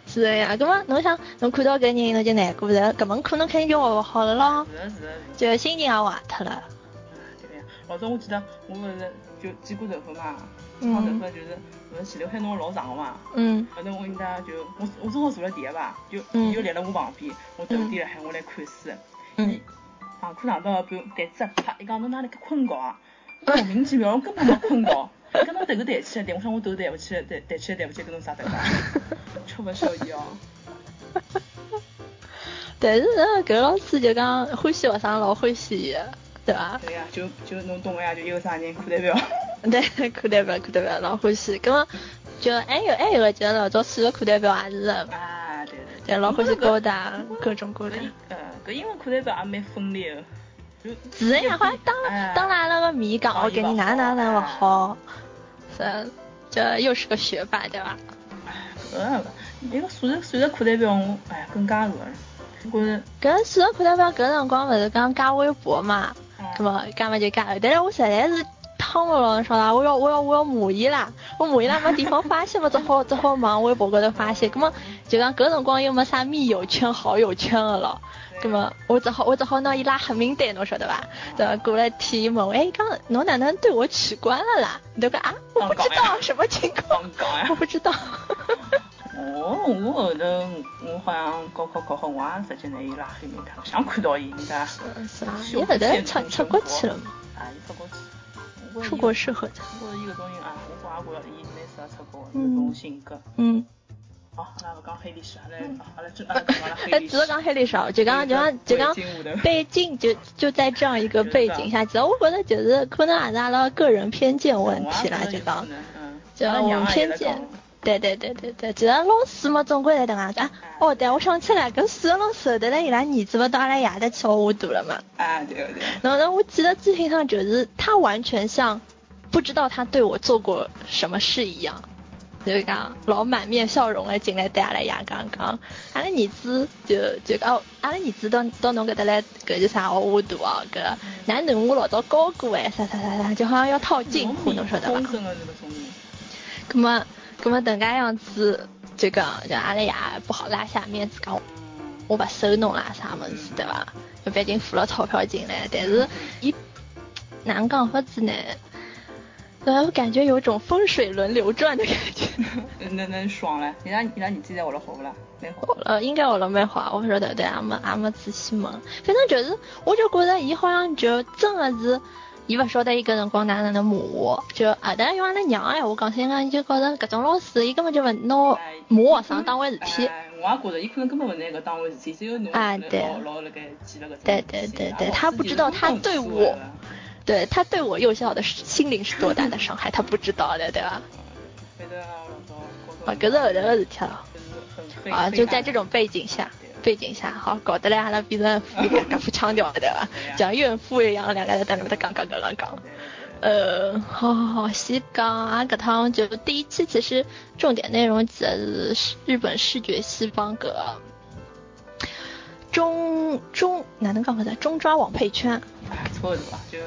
Speaker 1: 是的呀。葛么侬想，侬看到搿人侬就哎难过了，搿门课侬肯定就学勿好了咯。
Speaker 2: 是的是的。
Speaker 1: 就心情也坏脱了。
Speaker 2: 哎对呀，老早我记得我勿是就剪过头发嘛，剪好头发就是。勿是前头还弄老长个嘛，
Speaker 1: 嗯，
Speaker 2: 后头我跟他就我我正好坐了第一排，就伊就立辣我旁边，我头低了海我来看书，
Speaker 1: 嗯
Speaker 2: 伊上课上到一半台子一拍，伊讲侬哪里介困 觉啊？
Speaker 1: 哎
Speaker 2: 莫名其妙，我根本没困觉，跟侬头个抬起来，我想我头抬勿起来，抬抬起来抬勿起来，跟侬啥搭 嘎？吃勿消伊哦。
Speaker 1: 但是呢，搿老师就讲欢喜学生老欢喜伊，对伐？
Speaker 2: 对呀，就就侬懂个呀，就有啥人课代表。
Speaker 1: 对，课代表，课代表老欢喜。咁么，就哎还有还有个，就是老早数学课代表也是。
Speaker 2: 啊，对对对。
Speaker 1: 对，老欢喜高大，各种各样。
Speaker 2: 呃，搿英文课代表也蛮分裂的。哎
Speaker 1: 是呀， 好像当当阿拉个面讲，我给你哪哪哪勿好，是，哎这又是个学霸，对伐？
Speaker 2: 哎，搿个数学数学课代表，我哎更加恶
Speaker 1: 搿搿数学课代表搿辰光勿是讲加微博嘛，
Speaker 2: 哎
Speaker 1: 咁么加么就加，但是我实在是。汤了了啥啦？我要我要我要骂伊啦！我骂伊啦，没地方发泄嘛，只好只好往微博高头发泄。葛么就讲搿辰光又没啥密友圈、好友圈个咯。葛么我只好我只好拿伊拉黑名单，侬晓得伐？对伐？过了天伊问我，哎，讲侬哪能对我取关了啦？侬讲啊，我不知道什么情况，我不知道。
Speaker 2: 哦，我后头我好像高考考好，我也直接拿伊拉黑名单，想看到伊，人家。
Speaker 1: 是啊，伊后头出出国去了嘛？
Speaker 2: 啊，伊出国去。
Speaker 1: 出国适合他。
Speaker 2: 我伊搿种人啊，我觉着觉着伊蛮适合出国搿种性格。
Speaker 1: 嗯。
Speaker 2: 好，阿拉勿讲黑历史，阿拉阿拉真阿拉讲了黑历史。
Speaker 1: 只是讲黑历史，就讲就讲就讲背景就就在这样一个背景下，其实我觉得就是可能也是阿拉个人偏见问题啦，就讲就我们偏见。对对对对对，其实老师嘛，总归在等啊啊！哦，对，我想起来，搿数学老师后头来伊拉儿子勿到阿拉爷搭去学画图了嘛？
Speaker 2: 啊，对对。
Speaker 1: 然后呢，我记得最印象就是他完全像不知道他对我做过什么事一样，就是讲老满面笑容的进来对阿拉爷讲讲，阿拉儿子就就讲哦阿拉儿子到到侬搿搭来搿就啥学画图哦，搿哪能我老早教过哎，啥啥啥啥，就好像要套近乎，侬晓得伐？
Speaker 2: 嗯啊
Speaker 1: 咁么？咁么等介样子，就讲就阿拉爷不好拉下面子讲，
Speaker 2: 嗯
Speaker 1: 我勿收侬啦啥物事对伐？就毕竟付了钞票进来，但是伊哪能讲法子呢？呃，我感觉有种风水轮流转的感觉。
Speaker 2: 能能爽嘞！伊拉伊拉年纪在学了好不啦？
Speaker 1: 学了呃应该学了蛮好，我不晓得，对，也没也没仔细问。反正就是，我就觉着伊好像就真的是。伊勿晓得伊搿辰光哪能能骂我，就啊后头用阿拉娘哎闲话讲起来，伊就觉着搿种老师，伊根本就勿拿骂学生当回事体。
Speaker 2: 哎我也觉着，伊可能根本勿拿搿当回事体，只有侬老老辣盖记了搿
Speaker 1: 啊对对对
Speaker 2: 啊
Speaker 1: 对，他不知道他对我，对他对我幼小的心灵是多大的伤害，他不知道的，对伐？
Speaker 2: 啊，
Speaker 1: 搿是后头个事体了。啊，就在这种背景下。背景下，好搞得来阿拉变成搿副腔调，对伐？像怨妇一样，两个人在那搭讲讲讲讲讲。呃，好好好，先讲啊，搿趟就第一期，其实重点内容指的是日本视觉西方搿中中哪能讲法子？中抓网配圈。
Speaker 2: 哎错对伐？就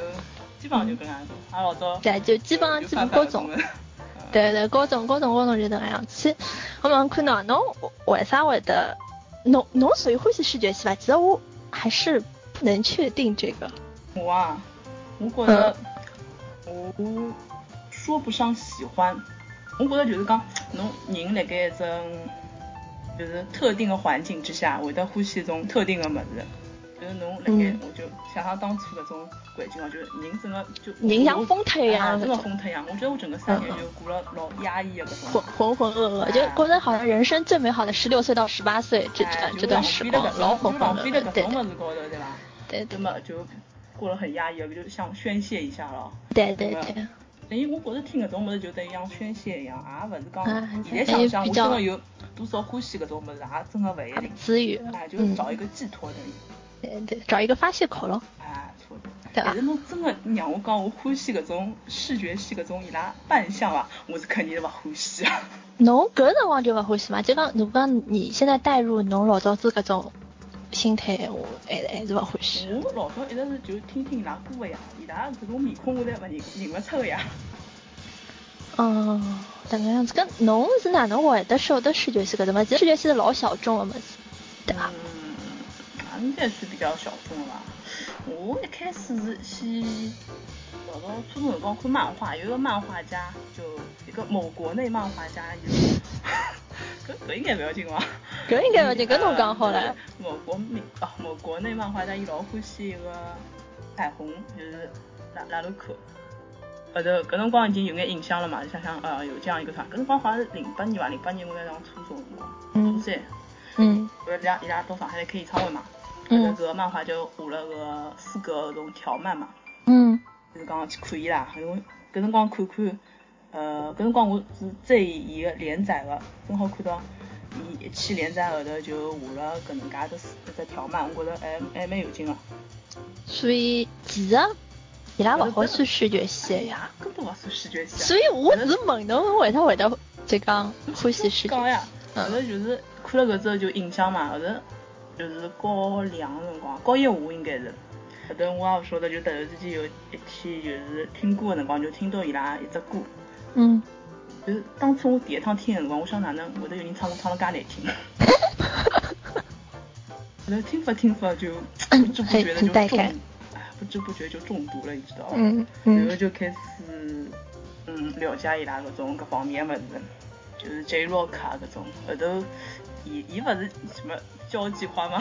Speaker 2: 基本上就搿样子，阿啊老早。
Speaker 1: 对，就基本上基本各种。
Speaker 2: 啊
Speaker 1: 对对，各种各种各种就搿样子。我们看到侬为啥会得？侬侬属于欢喜视觉系吧？其实我还是不能确定这个。
Speaker 2: 我啊，我
Speaker 1: 嗯
Speaker 2: 觉着我说不上喜欢，我觉着就是讲侬人辣盖一种就是特定的环境之下，会得欢喜一种特定的物事。就是侬辣盖
Speaker 1: 嗯，
Speaker 2: 我就想想当初搿种环境哦，就是人整个就
Speaker 1: 人像疯脱一样
Speaker 2: 啊
Speaker 1: 那
Speaker 2: 真的
Speaker 1: 种
Speaker 2: 疯脱一样。我觉得我整个三年
Speaker 1: 嗯嗯
Speaker 2: 就过了老压抑的搿
Speaker 1: 浑
Speaker 2: 种。
Speaker 1: 浑浑噩噩，就
Speaker 2: 哎
Speaker 1: 觉得好像人生最美好的十六岁到十八岁这
Speaker 2: 哎
Speaker 1: 这
Speaker 2: 就
Speaker 1: 这段时光
Speaker 2: 浪费，了
Speaker 1: 老
Speaker 2: 搿种
Speaker 1: 浑浑
Speaker 2: 浪
Speaker 1: 噩
Speaker 2: 费了
Speaker 1: 噩，
Speaker 2: 搿
Speaker 1: 对
Speaker 2: 种物事高头，对伐？
Speaker 1: 对
Speaker 2: 那
Speaker 1: 对
Speaker 2: 么就过了很压抑，就想宣泄一下咯。
Speaker 1: 对对对，
Speaker 2: 等于我觉着听搿种物事就等于像宣泄一样，也勿是讲
Speaker 1: 啊
Speaker 2: 现在想想，
Speaker 1: 比
Speaker 2: 我
Speaker 1: 较
Speaker 2: 真的有多少欢喜搿种物事，也真的勿一定。
Speaker 1: 词语，
Speaker 2: 哎，就是
Speaker 1: 嗯，
Speaker 2: 找一个寄托等于，
Speaker 1: 对对，找一个发泄口咯，
Speaker 2: 哎，错的。
Speaker 1: 对啊吧
Speaker 2: 但是？侬真的让我讲，我欢喜搿种视觉系搿种伊拉扮相伐，我是肯定是勿欢喜啊。
Speaker 1: 侬搿辰光就勿欢喜嘛？就讲如果讲你现在带入侬老早子搿种心态，我还还是勿欢喜。
Speaker 2: 我老早一直是就听听伊拉歌个呀，伊拉搿种面孔我侪勿认认勿出个呀。
Speaker 1: 哦，哪能样子？搿侬是哪能会得晓得视觉系搿种物事？视觉系是老小众个物事，对伐？
Speaker 2: 嗯，俺应该是比较小众吧。我一开始是先老早初中辰光看漫画，有一个漫画家，就一个某国内漫画家，有 搿搿应该勿要紧伐？
Speaker 1: 搿应该勿要紧，搿侬讲好了。
Speaker 2: 嗯。某国美哦，某国内漫画家伊老欢喜一个彩虹，就是拉拉鲁克。后头搿辰光已经有眼印象了嘛，就想想呃有这样一个团，搿辰光好像是零八年伐，零八年我在上初中辰光，初
Speaker 1: 嗯
Speaker 2: 三。
Speaker 1: 嗯
Speaker 2: 不是伊拉伊拉到上海来开演唱会嘛，
Speaker 1: 嗯
Speaker 2: 搿个漫画就画了个四个搿种条漫嘛，
Speaker 1: 嗯
Speaker 2: 就是讲去看伊拉，然后搿辰光看看，呃，搿辰光我是追伊个连载个，正好看到伊一期连载后头就画了搿能介只四只条漫，我觉着还还蛮有劲个。
Speaker 1: 所以其实啊伊拉勿好算视觉系
Speaker 2: 哎
Speaker 1: 个呀。
Speaker 2: 呀，根本勿算视觉系啊。
Speaker 1: 所以我只是问侬，侬为啥会得就讲欢喜视觉
Speaker 2: 讲呀
Speaker 1: 系？，
Speaker 2: 后头就是看了搿之后就印象嘛，后头就是高两个辰光，高一下应该是。后头我也勿晓得，就突然之间有一天就是听歌个辰光，就听到伊拉一只歌，
Speaker 1: 嗯，
Speaker 2: 就是当初我第一趟听个辰光，我想哪能会得有人唱歌唱了介难听？后头听法听法就不知不觉的
Speaker 1: 嗯
Speaker 2: 就
Speaker 1: 很带
Speaker 2: 中，
Speaker 1: 感
Speaker 2: 哎，不知不觉就中毒了，你知道伐？
Speaker 1: 嗯
Speaker 2: 然后
Speaker 1: 嗯
Speaker 2: 就开始嗯了解伊拉搿种各方面的物事，就是 J Rock 啊搿种，后头伊伊勿是什么交际花嘛，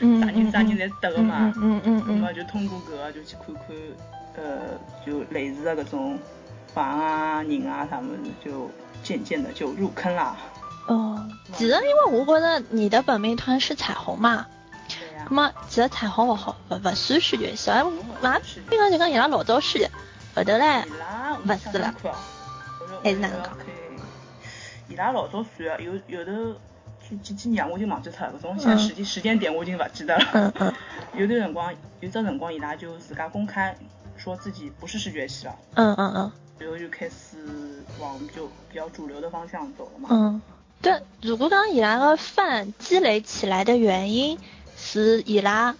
Speaker 1: 嗯，
Speaker 2: 啥人啥人侪得个嘛，
Speaker 1: 嗯嗯
Speaker 2: 那
Speaker 1: 嗯
Speaker 2: 么就通过搿个就去看看呃就类似的搿种房啊人啊啥物事，就渐渐的就入坑啦。
Speaker 1: 嗯。哦，其实因为我觉得你的本命团是彩虹嘛，
Speaker 2: 对呀
Speaker 1: 那么其实彩虹勿好勿勿算视觉系，而俺平常就讲伊拉老早视觉，后头嘞
Speaker 2: 伊，拉
Speaker 1: 勿是啦
Speaker 2: 看哦，
Speaker 1: 还是哪能讲
Speaker 2: 讲？伊拉老早算啊，有哎有头几几几年我已经忘记脱了，搿种现在时间时间点我已经勿记得了。
Speaker 1: 嗯嗯
Speaker 2: 有段辰光，有只辰光伊拉就自家公开说自己不是视觉系了，
Speaker 1: 嗯嗯嗯
Speaker 2: 然后就开始往就比较主流的方向走了嘛。
Speaker 1: 嗯，对，如果讲伊拉个饭积累起来的原因是伊拉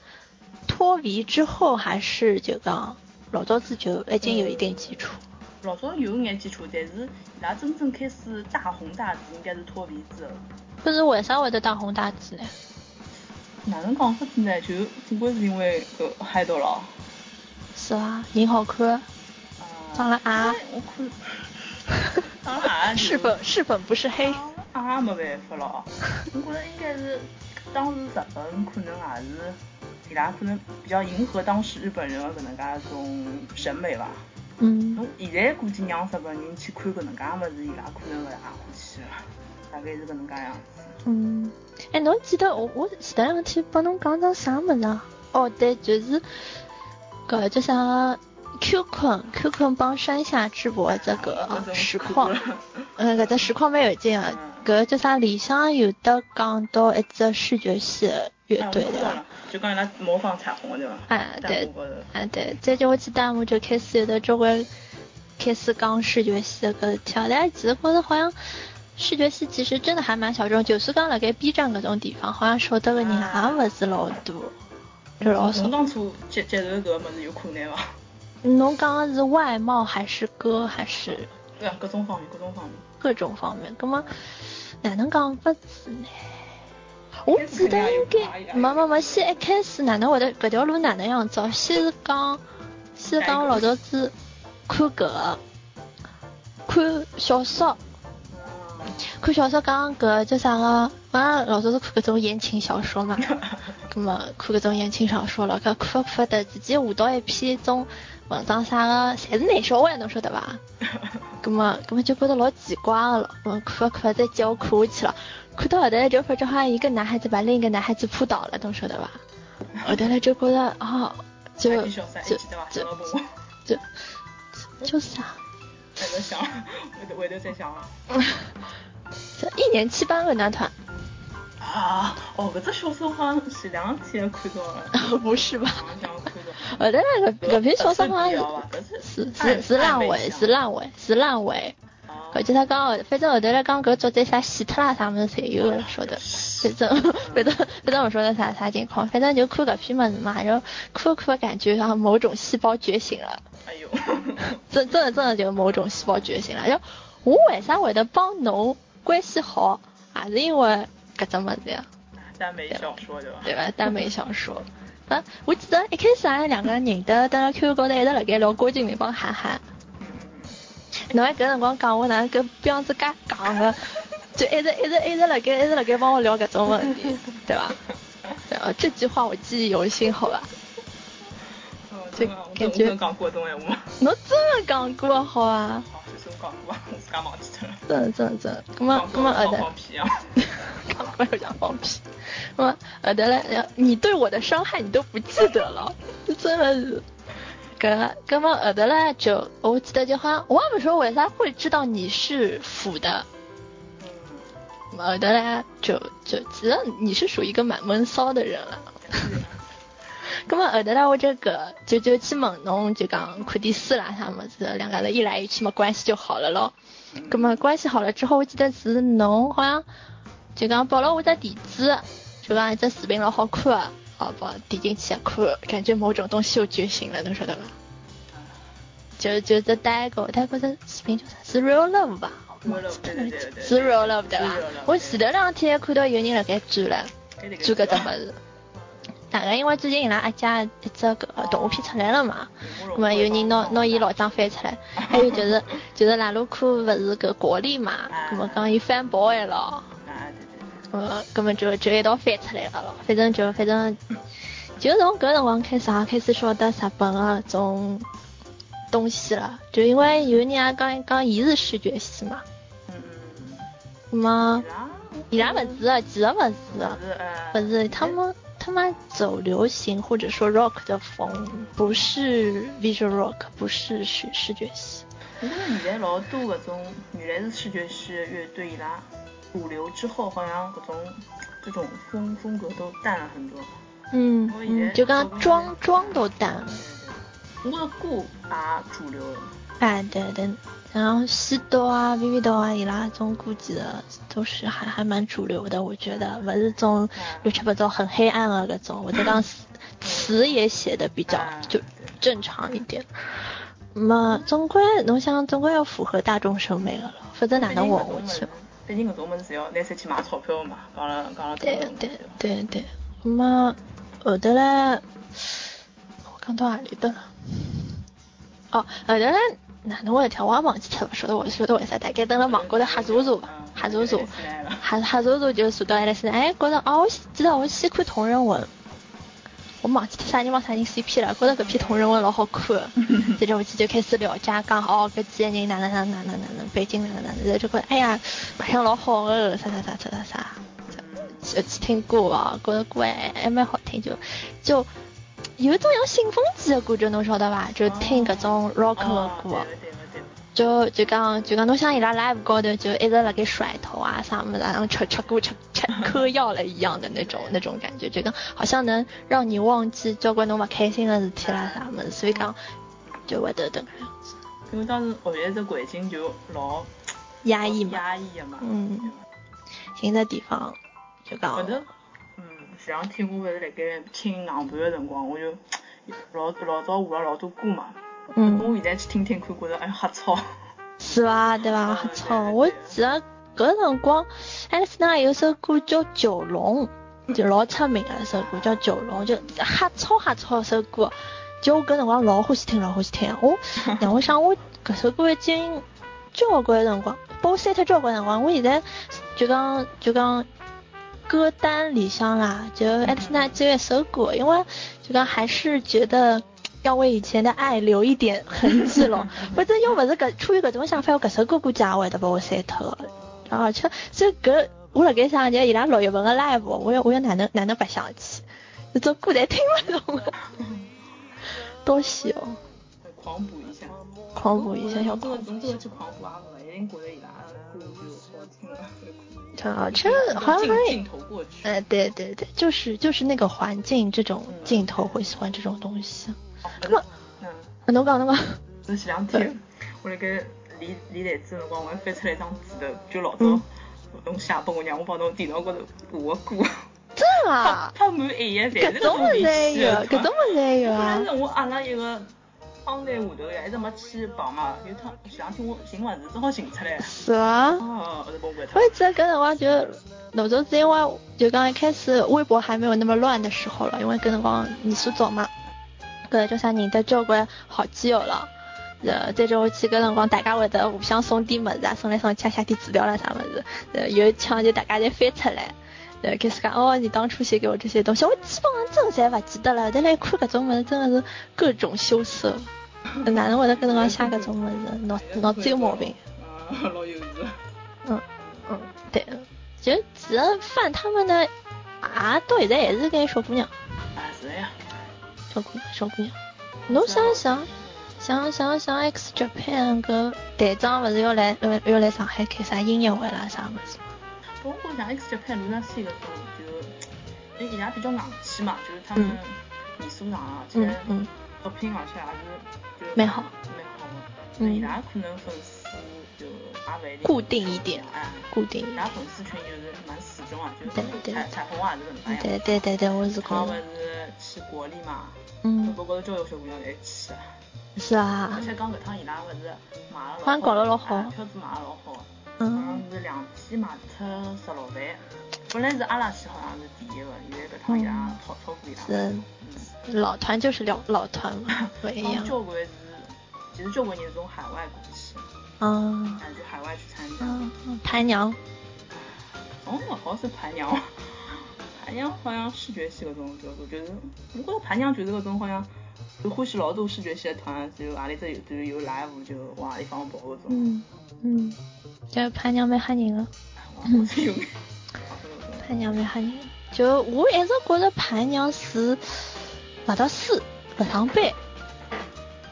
Speaker 1: 脱离之后，还是就讲老早子就已经有一定基础。
Speaker 2: 老早有眼基础，但是伊拉真正开始大红大紫应该是脱离之后。
Speaker 1: 可是为啥会得大红大紫呢？
Speaker 2: 哪能讲法子呢？就总归是因为搿嗨到了。
Speaker 1: 是啊，人好看，长了
Speaker 2: 啊
Speaker 1: 啊，
Speaker 2: 我 看，长了啊，
Speaker 1: 是
Speaker 2: 不？
Speaker 1: 本是本不是黑。
Speaker 2: 啊，没办法了。我觉着应该是当时日本可能也是伊拉可能比较迎合当时日本人的搿能介一种审美伐。
Speaker 1: 嗯
Speaker 2: 侬现在估计让日本人去看搿能介物事，伊拉可能勿大欢喜了，大概是搿能介样子。
Speaker 1: 嗯，哎，侬记得我我前两天帮侬讲张啥物事啊？哦，对，就是搿叫啥 Q 坤 Q 坤帮山下智博这个
Speaker 2: 啊
Speaker 1: 啊
Speaker 2: 搿种
Speaker 1: 实
Speaker 2: 看
Speaker 1: 况
Speaker 2: 过，
Speaker 1: 嗯，搿只实况蛮有劲啊。搿叫啥？里向有的讲到一只视觉系乐
Speaker 2: 哎，我
Speaker 1: 队
Speaker 2: 知
Speaker 1: 对
Speaker 2: 道
Speaker 1: 伐
Speaker 2: 了？，就讲伊拉模仿彩虹的对伐？
Speaker 1: 哎，
Speaker 2: 在
Speaker 1: 对
Speaker 2: 中，国的
Speaker 1: 哎对，再叫我去弹幕就开始有的中国人开始讲视觉系的搿条，但是其实觉得好像视觉系其实真的还蛮小众，就是讲辣盖 B 站搿种地方，好像晓得个人也勿是老多，就老少
Speaker 2: 侬。当初接接受搿个物事有困难伐？
Speaker 1: 侬讲的是外貌还是歌还是
Speaker 2: 对啊，各种方面，各种方面。
Speaker 1: 各种方面？葛么哪能讲法子呢？哎我记得应该没没没，先一开始哪能会得搿条路哪能样哦走？先是讲，先是讲老早子看搿个，看小说，
Speaker 2: 嗯
Speaker 1: 看小说讲搿叫啥个？俺老早是看搿种言情小说嘛，葛末看搿种言情小说了，搿看发看得直接下到一篇种文章啥个，侪是男小孩，侬晓得伐？葛末葛末啊就觉得老奇怪个了，我看看再接我看下去了。看到后头来就发觉好像一个男孩子把另一个男孩子扑倒了，侬晓得伐？后头来就觉得哦，就就就就就啥？
Speaker 2: 在那想，我我都在想啊。
Speaker 1: 这一年七班文男团。
Speaker 2: 啊，哦，搿只小说好像前两天看到 了。
Speaker 1: 不是吧？头那
Speaker 2: 后
Speaker 1: 个搿篇小说好
Speaker 2: 像
Speaker 1: 是是是烂尾，是烂尾，是烂尾。搿就他讲，反正后头来讲搿作者啥死脱啦啥物事侪有晓得，反正反正反正勿晓得啥啥情况，反正就看搿篇物事嘛，然后看看感觉像某种细胞觉醒了。
Speaker 2: 哎呦，
Speaker 1: 真真的真的就某种细胞觉醒了。然后我为啥会得帮侬关系好，也是因为搿只物事呀。
Speaker 2: 耽美小说对伐？
Speaker 1: 对伐？耽美小说。啊，我记得一开始俺两个人认得，等辣 QQ 高头一直辣盖聊郭敬明帮韩寒。
Speaker 2: 嗯
Speaker 1: 侬还搿辰光讲我哪能搿逼样子介戆个，就一直一直一直辣盖一直辣盖帮我聊搿种问题，对伐？对啊，这句话我记忆犹新，好伐？
Speaker 2: 就感觉讲过种闲话。
Speaker 1: 侬真的讲过好
Speaker 2: 伐？好，就是我讲过，我自家忘记脱了。
Speaker 1: 真的真的真的，葛么葛么
Speaker 2: 后头。放屁啊！
Speaker 1: 刚刚又想放屁，那么后头来，你对我的伤害你都不记得了，真的是。搿，搿么后头嘞就，我记得就好像我也不说为啥会知道你是腐的，后头嘞呃就就其实你是属于一个蛮闷骚的人了。
Speaker 2: 嗯
Speaker 1: 搿么后头嘞我这个就就去问侬，就讲看点书啦啥么子，两个人一来一去嘛关系就好了咯。搿么关系好了之后，我记得是侬好像就讲报了我只地址，就讲一只视频老好看。好吧，点进去看，感觉某种东西又觉醒了，侬晓得吧？就就这代购，代购这视频叫啥？是 Real Love 吧？
Speaker 2: 是
Speaker 1: Real Love 对吧？我前头两天看到有人辣盖转了，转搿只物事。大概因为最近伊拉阿姐一只搿动画片出来了嘛，咾么有人拿拿
Speaker 2: 啊
Speaker 1: 伊老张翻出来，还有 就是就是拉鲁库勿是搿国力嘛，咾么讲伊翻包还了。呃，根本就就一道翻出来了咯。反正就反正，就从搿辰光开始啊，开始晓得日本个种东西了。就因为有人也讲讲伊是视觉系嘛。
Speaker 2: 嗯
Speaker 1: 嗯。么，伊拉勿是，其实勿是，
Speaker 2: 呃
Speaker 1: 勿是他们他们走流行或者说 rock 的风，不是 visual rock，不是视视觉系。
Speaker 2: 因为现在老多搿种原来是视觉系乐队伊拉。主流之后，好像各种这种风风格都淡了很多。
Speaker 1: 嗯，嗯就刚妆妆都淡了。
Speaker 2: 对对对。歌也主流了。
Speaker 1: 哎，对对，然后西多啊、vivi 多啊，伊拉种歌几的都是还还蛮主流的，我觉得，不是种乱七八糟很黑暗啊搿种。我在讲词也写的比较就正常一点。么总归侬想，总归要符合大众审美了，否则哪能混下去？
Speaker 2: 毕竟搿种物事要拿出去买钞票嘛，讲了讲了
Speaker 1: 对对对对，那么后头嘞，我讲到何里搭了？哦，后头嘞，哪能我一条我也忘记脱了，晓得我晓得为啥？大概等了网高头瞎查查吧，瞎查查，瞎瞎查查就查到埃拉现在，哎，觉着哦，我记得我先看同人文，我忘记脱啥人帮啥人 CP 了，觉着搿篇同人文老好看，接着我去就开始了解，讲哦搿几个人哪能哪能哪能哪能背景哪能哪能，然后就觉着哎呀，白相老好个啥啥啥啥啥啥，
Speaker 2: 嗯
Speaker 1: 去去呃听歌哦，觉着歌还还蛮好听，就就有一种像兴奋剂的感觉，侬晓得伐？就听搿种 rock
Speaker 2: 哦
Speaker 1: 的歌，就就讲就讲侬像伊拉 live 高头就一直辣盖甩头啊啥么子，然后吃吃歌吃。嗑药了一样的那种那种感觉，就讲好像能让你忘记交关侬勿开心的事体啦啥么子，所以讲就会得等个样子。
Speaker 2: 因为当时学习这环境就老
Speaker 1: 压抑嘛，
Speaker 2: 哦压抑的嘛，
Speaker 1: 嗯，新的地方就讲。
Speaker 2: 反正，嗯，前两天我勿是辣盖听硬盘的辰光，我就老老早下了老多歌嘛，
Speaker 1: 嗯，
Speaker 2: 我现在去听听看，觉着哎瞎吵。
Speaker 1: 是伐？对伐？哎瞎吵，我记得。搿辰光，艾丽斯娜有首歌叫《九龙》，就老出名的一首歌，叫《九龙》，就瞎抄瞎抄一首歌。就我搿辰光老欢喜听，老欢喜听。我让我想，我搿首歌已经交关辰光，把我删脱交关辰光。我现在就讲就讲歌单里向啦，就还听那只有一首歌，因为就讲还是觉得。要为以前的爱留一点痕迹咯。不是，要不是搿出于搿种想法，我搿首歌估计也会得把我删脱。而且，这搿我辣盖想，就伊拉六月份个 live，我要我要哪能哪能白想起？这种歌侪听勿懂个，多谢哦！
Speaker 2: 狂补一下，
Speaker 1: 狂补一下，小
Speaker 2: 这
Speaker 1: 狂
Speaker 2: 个总归去狂补啊，勿一定觉得伊拉歌就好听了。
Speaker 1: 补。而且好像
Speaker 2: 镜
Speaker 1: 还
Speaker 2: 镜头过去，
Speaker 1: 哎，对对对，就是就是那个环境，这种
Speaker 2: 嗯
Speaker 1: 镜头会喜欢这种东西。
Speaker 2: 不是，嗯。
Speaker 1: 啊侬 讲侬讲，
Speaker 2: 是前两天，我辣盖理理台子的辰光，我还翻出来一张纸头，就老早侬写拨我让我帮侬电脑高头画个歌，
Speaker 1: 真的 啊？
Speaker 2: 拍满一页侪
Speaker 1: 搿
Speaker 2: 是
Speaker 1: 种物
Speaker 2: 事
Speaker 1: 事也有，搿种物事也 有啊
Speaker 2: 但。是我阿拉一个夯在下头个，一直没去碰嘛，有趟前两天我寻物事，正好寻出来。
Speaker 1: 是啊。
Speaker 2: 哦，后头帮我掼
Speaker 1: 我
Speaker 2: 脱。
Speaker 1: 也记得搿辰光就老早是因为就刚一开始微博还没有那么乱的时候了，因为搿辰光年数早嘛，搿叫啥认得交关好基友了。呃，再就去搿辰光，大家会得互相送点物事啊，送来送去，写点资料啦啥物事。呃，有一腔就大家侪翻出来，呃，开始讲哦，你当初写给我这些东西，我基本上真侪勿记得了。但来看搿种物事，真的是各种羞涩，哪能会得搿辰光写搿种物事？脑脑子有毛病。
Speaker 2: 嗯，老幼稚。
Speaker 1: 嗯，对，其实只要范他们的啊，到现在也是个小姑娘，
Speaker 2: 啊，是呀。
Speaker 1: 小姑娘，小姑娘。侬想想，想想想，X Japan 搿队长勿是要来要要来上海开啥音乐会啦啥物事？
Speaker 2: 不过像 X 九派卢纳西个时候，就因为伊拉比较硬气嘛，就是他们年数长啊，而且
Speaker 1: 嗯嗯，
Speaker 2: 作品而且也是啊就是
Speaker 1: 蛮好
Speaker 2: 蛮好的。
Speaker 1: 嗯
Speaker 2: 伊拉可能粉丝就也勿一定
Speaker 1: 固定一点
Speaker 2: 哎，
Speaker 1: 固定
Speaker 2: 伊。拉粉丝群就是蛮死忠啊，就是
Speaker 1: 对对
Speaker 2: 彩彩虹也是搿能介
Speaker 1: 对
Speaker 2: 样。
Speaker 1: 对对对，我是
Speaker 2: 他
Speaker 1: 觉
Speaker 2: 勿
Speaker 1: 得，
Speaker 2: 是去国立嘛，
Speaker 1: 嗯，
Speaker 2: 各国高头交关小姑娘侪去啊。
Speaker 1: 是啊
Speaker 2: 而，且讲搿趟伊拉勿是买了老好，
Speaker 1: 好像搞了老好
Speaker 2: 哎票子买了老好。好
Speaker 1: 嗯
Speaker 2: 像是两天卖脱十六万，本来是阿拉西好像是第一个，现在搿趟伊拉超超过伊拉。
Speaker 1: 嗯是老团就是老老团嘛，不一
Speaker 2: 嗯，
Speaker 1: 样。
Speaker 2: 交关是，其实交关人是从海外过去，
Speaker 1: 嗯
Speaker 2: 哎，就海外去参加。
Speaker 1: 嗯，嗯盘娘，
Speaker 2: 哦，好像是盘娘，盘娘好像视觉系搿种，就是就是，我觉着盘娘就是搿种好像，就欢喜老多视觉系的团，就阿里只有就是有 live 就往阿里方跑搿种。
Speaker 1: 嗯嗯，这盘娘蛮吓人的。
Speaker 2: 哎我好像有。
Speaker 1: 盘娘蛮吓人，就我一直觉着盘娘是勿读书、勿上班，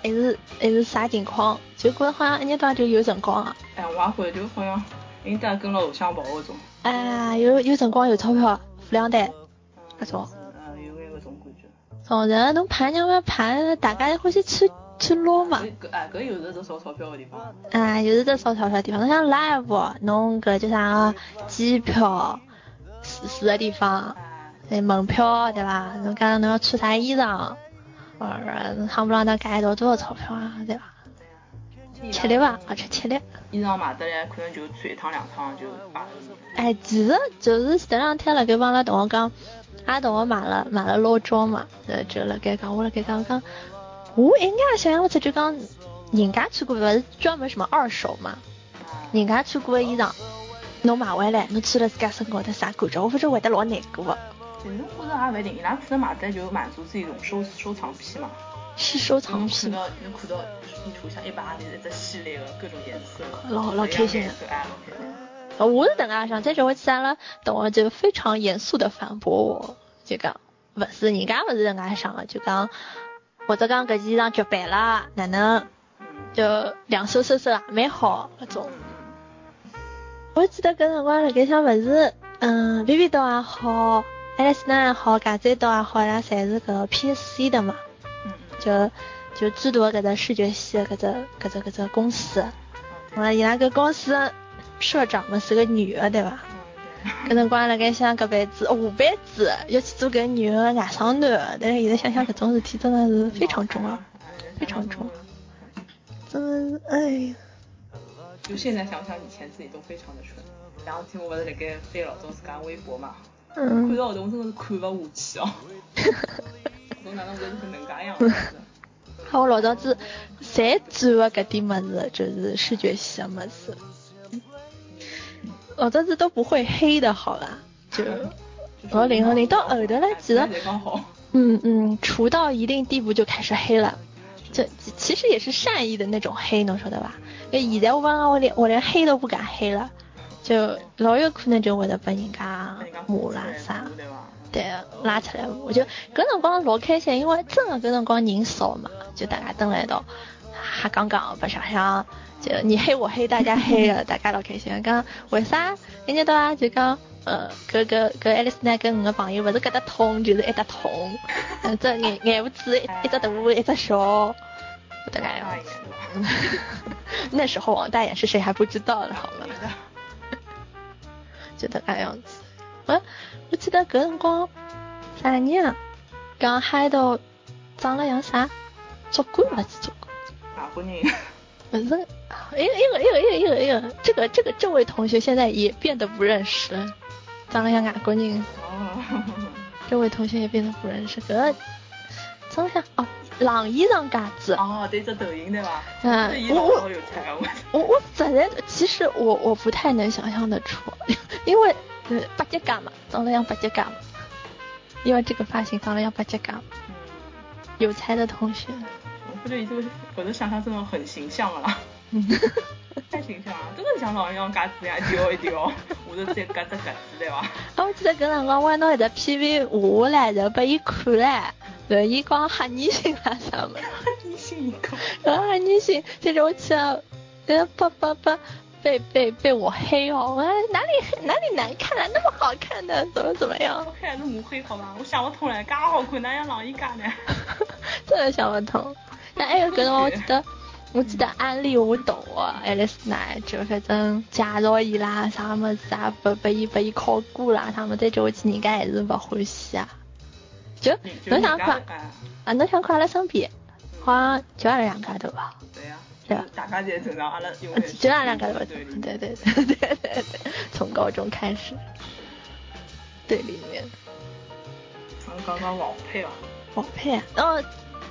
Speaker 1: 还是还是啥情况？就觉着好像一年到晚就有辰光啊，
Speaker 2: 哎，我也觉着就好像，应该跟了偶像跑搿种。
Speaker 1: 哎，有有辰光有钞票，富两代。搿种
Speaker 2: 嗯，有眼搿种感觉。
Speaker 1: 总然，侬盘娘嘛盘，大家欢喜去去捞嘛。
Speaker 2: 搿搿哎，搿又是只烧钞票个地方。
Speaker 1: 哎，就是这少少少地方，侬像 live，侬搿叫啥个机票，住住个地方，
Speaker 2: 哎，
Speaker 1: 哎，门票对伐？侬讲侬要穿啥衣裳，呃，夯不啷当加一道多少钞票啊，对伐？
Speaker 2: 对呀
Speaker 1: 吃力伐？而且吃力。
Speaker 2: 衣裳买得来，可能就穿一趟两趟就罢了。
Speaker 1: 哎，其实就是前两天辣盖帮阿拉同学讲，阿拉同学啊买了买了老早嘛，呃，就辣盖讲，我辣盖讲讲，我一眼也想象勿出，就讲人家穿过勿是专门什么二手嘛，
Speaker 2: 哎
Speaker 1: 人家穿过的衣裳，侬买回来，侬穿辣自家身高头啥感觉？我发觉会得老难过个，
Speaker 2: 其实我觉着也勿一定，伊拉可能买得来就满足自己一种收收藏癖嘛。
Speaker 1: 是收藏
Speaker 2: 能
Speaker 1: 品
Speaker 2: 看。到能看到衣橱像一排就是一只系列个各种颜色。
Speaker 1: 老老开心的
Speaker 2: 各样颜色哎，老开心。
Speaker 1: 呃我是等啊上，再就会起来了，等我就非常严肃的反驳我，就讲不是人家不是人家上的，就讲或者讲搿件衣裳绝版啦，哪能
Speaker 2: 嗯
Speaker 1: 就两手收收啊，蛮好搿种。
Speaker 2: 嗯
Speaker 1: 我记得搿辰光辣盖想勿是，嗯，B B 刀也好，S 奈也好，嘎仔刀也好，伊拉侪是搿个 P S C 的嘛，
Speaker 2: 嗯嗯。
Speaker 1: 就就最大的搿只视觉系的搿只搿只搿只公司，
Speaker 2: 哦对
Speaker 1: 完了伊拉搿公司的社长嘛是个女的对伐？
Speaker 2: 嗯
Speaker 1: 搿辰光辣盖想搿辈子、哦下辈子要去做搿女的外甥女，但是现在想想搿种事体真的是
Speaker 2: 对
Speaker 1: 非常重要，
Speaker 2: 哎
Speaker 1: 非常重要
Speaker 2: 像
Speaker 1: 真的是哎，
Speaker 2: 就现在想想以前自己都非常的蠢。然后听我勿是辣盖翻老早自家微博嘛，
Speaker 1: 嗯
Speaker 2: 看到后头我真的是看勿下去哦。侬哪能会得是搿能介样子？
Speaker 1: 啊我老早子侪展个搿点物事，就是视觉系个物事。老早子都不会黑的，好吧？就
Speaker 2: 就是
Speaker 1: 我零后零到后头来，其实
Speaker 2: 才刚好。
Speaker 1: 嗯嗯，除到一定地步就开始黑了，这其实也是善意的那种黑，侬说对吧？那现在我刚刚我连我连黑都不敢黑了，就老有可能就会得被人家
Speaker 2: 被人家
Speaker 1: 骂啊啦啥。
Speaker 2: 对伐？
Speaker 1: 对，拉出来，我就搿辰光老开心，因为真的搿辰光人少嘛，就大家蹲辣一道，瞎讲讲白相相，就你黑我黑，大家黑了，大家老开心。讲为啥？人家到啊就讲，呃，搿搿搿爱丽丝呢跟五个朋友勿是搿搭桶就是一搭桶，嗯，这眼眼胡子一只大一只小，大概
Speaker 2: 哎呀，
Speaker 1: 嗯那时候王大眼是谁还不知道的好吗？就大概样子。我我记得搿辰光啥人啊，讲嗨到长了像啥，竹竿勿是竹
Speaker 2: 哪个人？
Speaker 1: 竿，勿是哎呦哎呦哎呦哎呦哎呦，这个这个这位同学现在也变得不认识了，长得像外啊国人，
Speaker 2: 哦，
Speaker 1: 这位同学也变得不认识，搿长得像哦冷衣裳架子，
Speaker 2: 哦，对，这抖音对伐？
Speaker 1: 嗯
Speaker 2: 这伊老老有才啊，
Speaker 1: 我
Speaker 2: 我
Speaker 1: 我本来其实我我不太能想象得出， 因为呃八戒嘎嘛，长得像八戒嘎嘛，因为这个发型长得像八戒嘎嘛。
Speaker 2: 嗯，
Speaker 1: 有才的同学，
Speaker 2: 我觉得伊这个搿头想象真的很形象了啦。
Speaker 1: 嗯，
Speaker 2: 太形象了，真的像老样嘎子呀，丢一丢， 我都再嘎只嘎子对伐？
Speaker 1: 啊，我记得搿辰光我拿一只 PV 画下来，然后拨伊看唻，然后伊讲黑人性啦啥啊么，
Speaker 2: 你信一个，
Speaker 1: 然后黑人性，接着我去了，然后啊叭叭叭被被被我黑哦，我说哪里哪里难看了、啊那么好看的，怎么怎么样
Speaker 2: 我，看还是抹黑好伐？我想不通了，嘎好看，哪样让 伊嘎呢？
Speaker 1: 真的想不通。但还有搿辰光我记得。我记得安利我懂啊，爱丽丝奶就反正介绍伊啦，啥么子啊，不不伊不伊考过啦，啥么子，就我去人家还是不欢喜啊。就
Speaker 2: 你觉得
Speaker 1: 侬
Speaker 2: 你
Speaker 1: 想
Speaker 2: 嘎
Speaker 1: 看
Speaker 2: 嘎？
Speaker 1: 啊，侬想看阿拉身边，好像就阿拉两家头吧，
Speaker 2: 对呀，
Speaker 1: 对吧？
Speaker 2: 大家侪正常，阿拉 永
Speaker 1: 啊
Speaker 2: 远
Speaker 1: 就就阿拉两家头吧，
Speaker 2: 对
Speaker 1: 对对对对对对对，从高中开始，队里面，
Speaker 2: 我刚刚王配哦，
Speaker 1: 王佩啊，哦，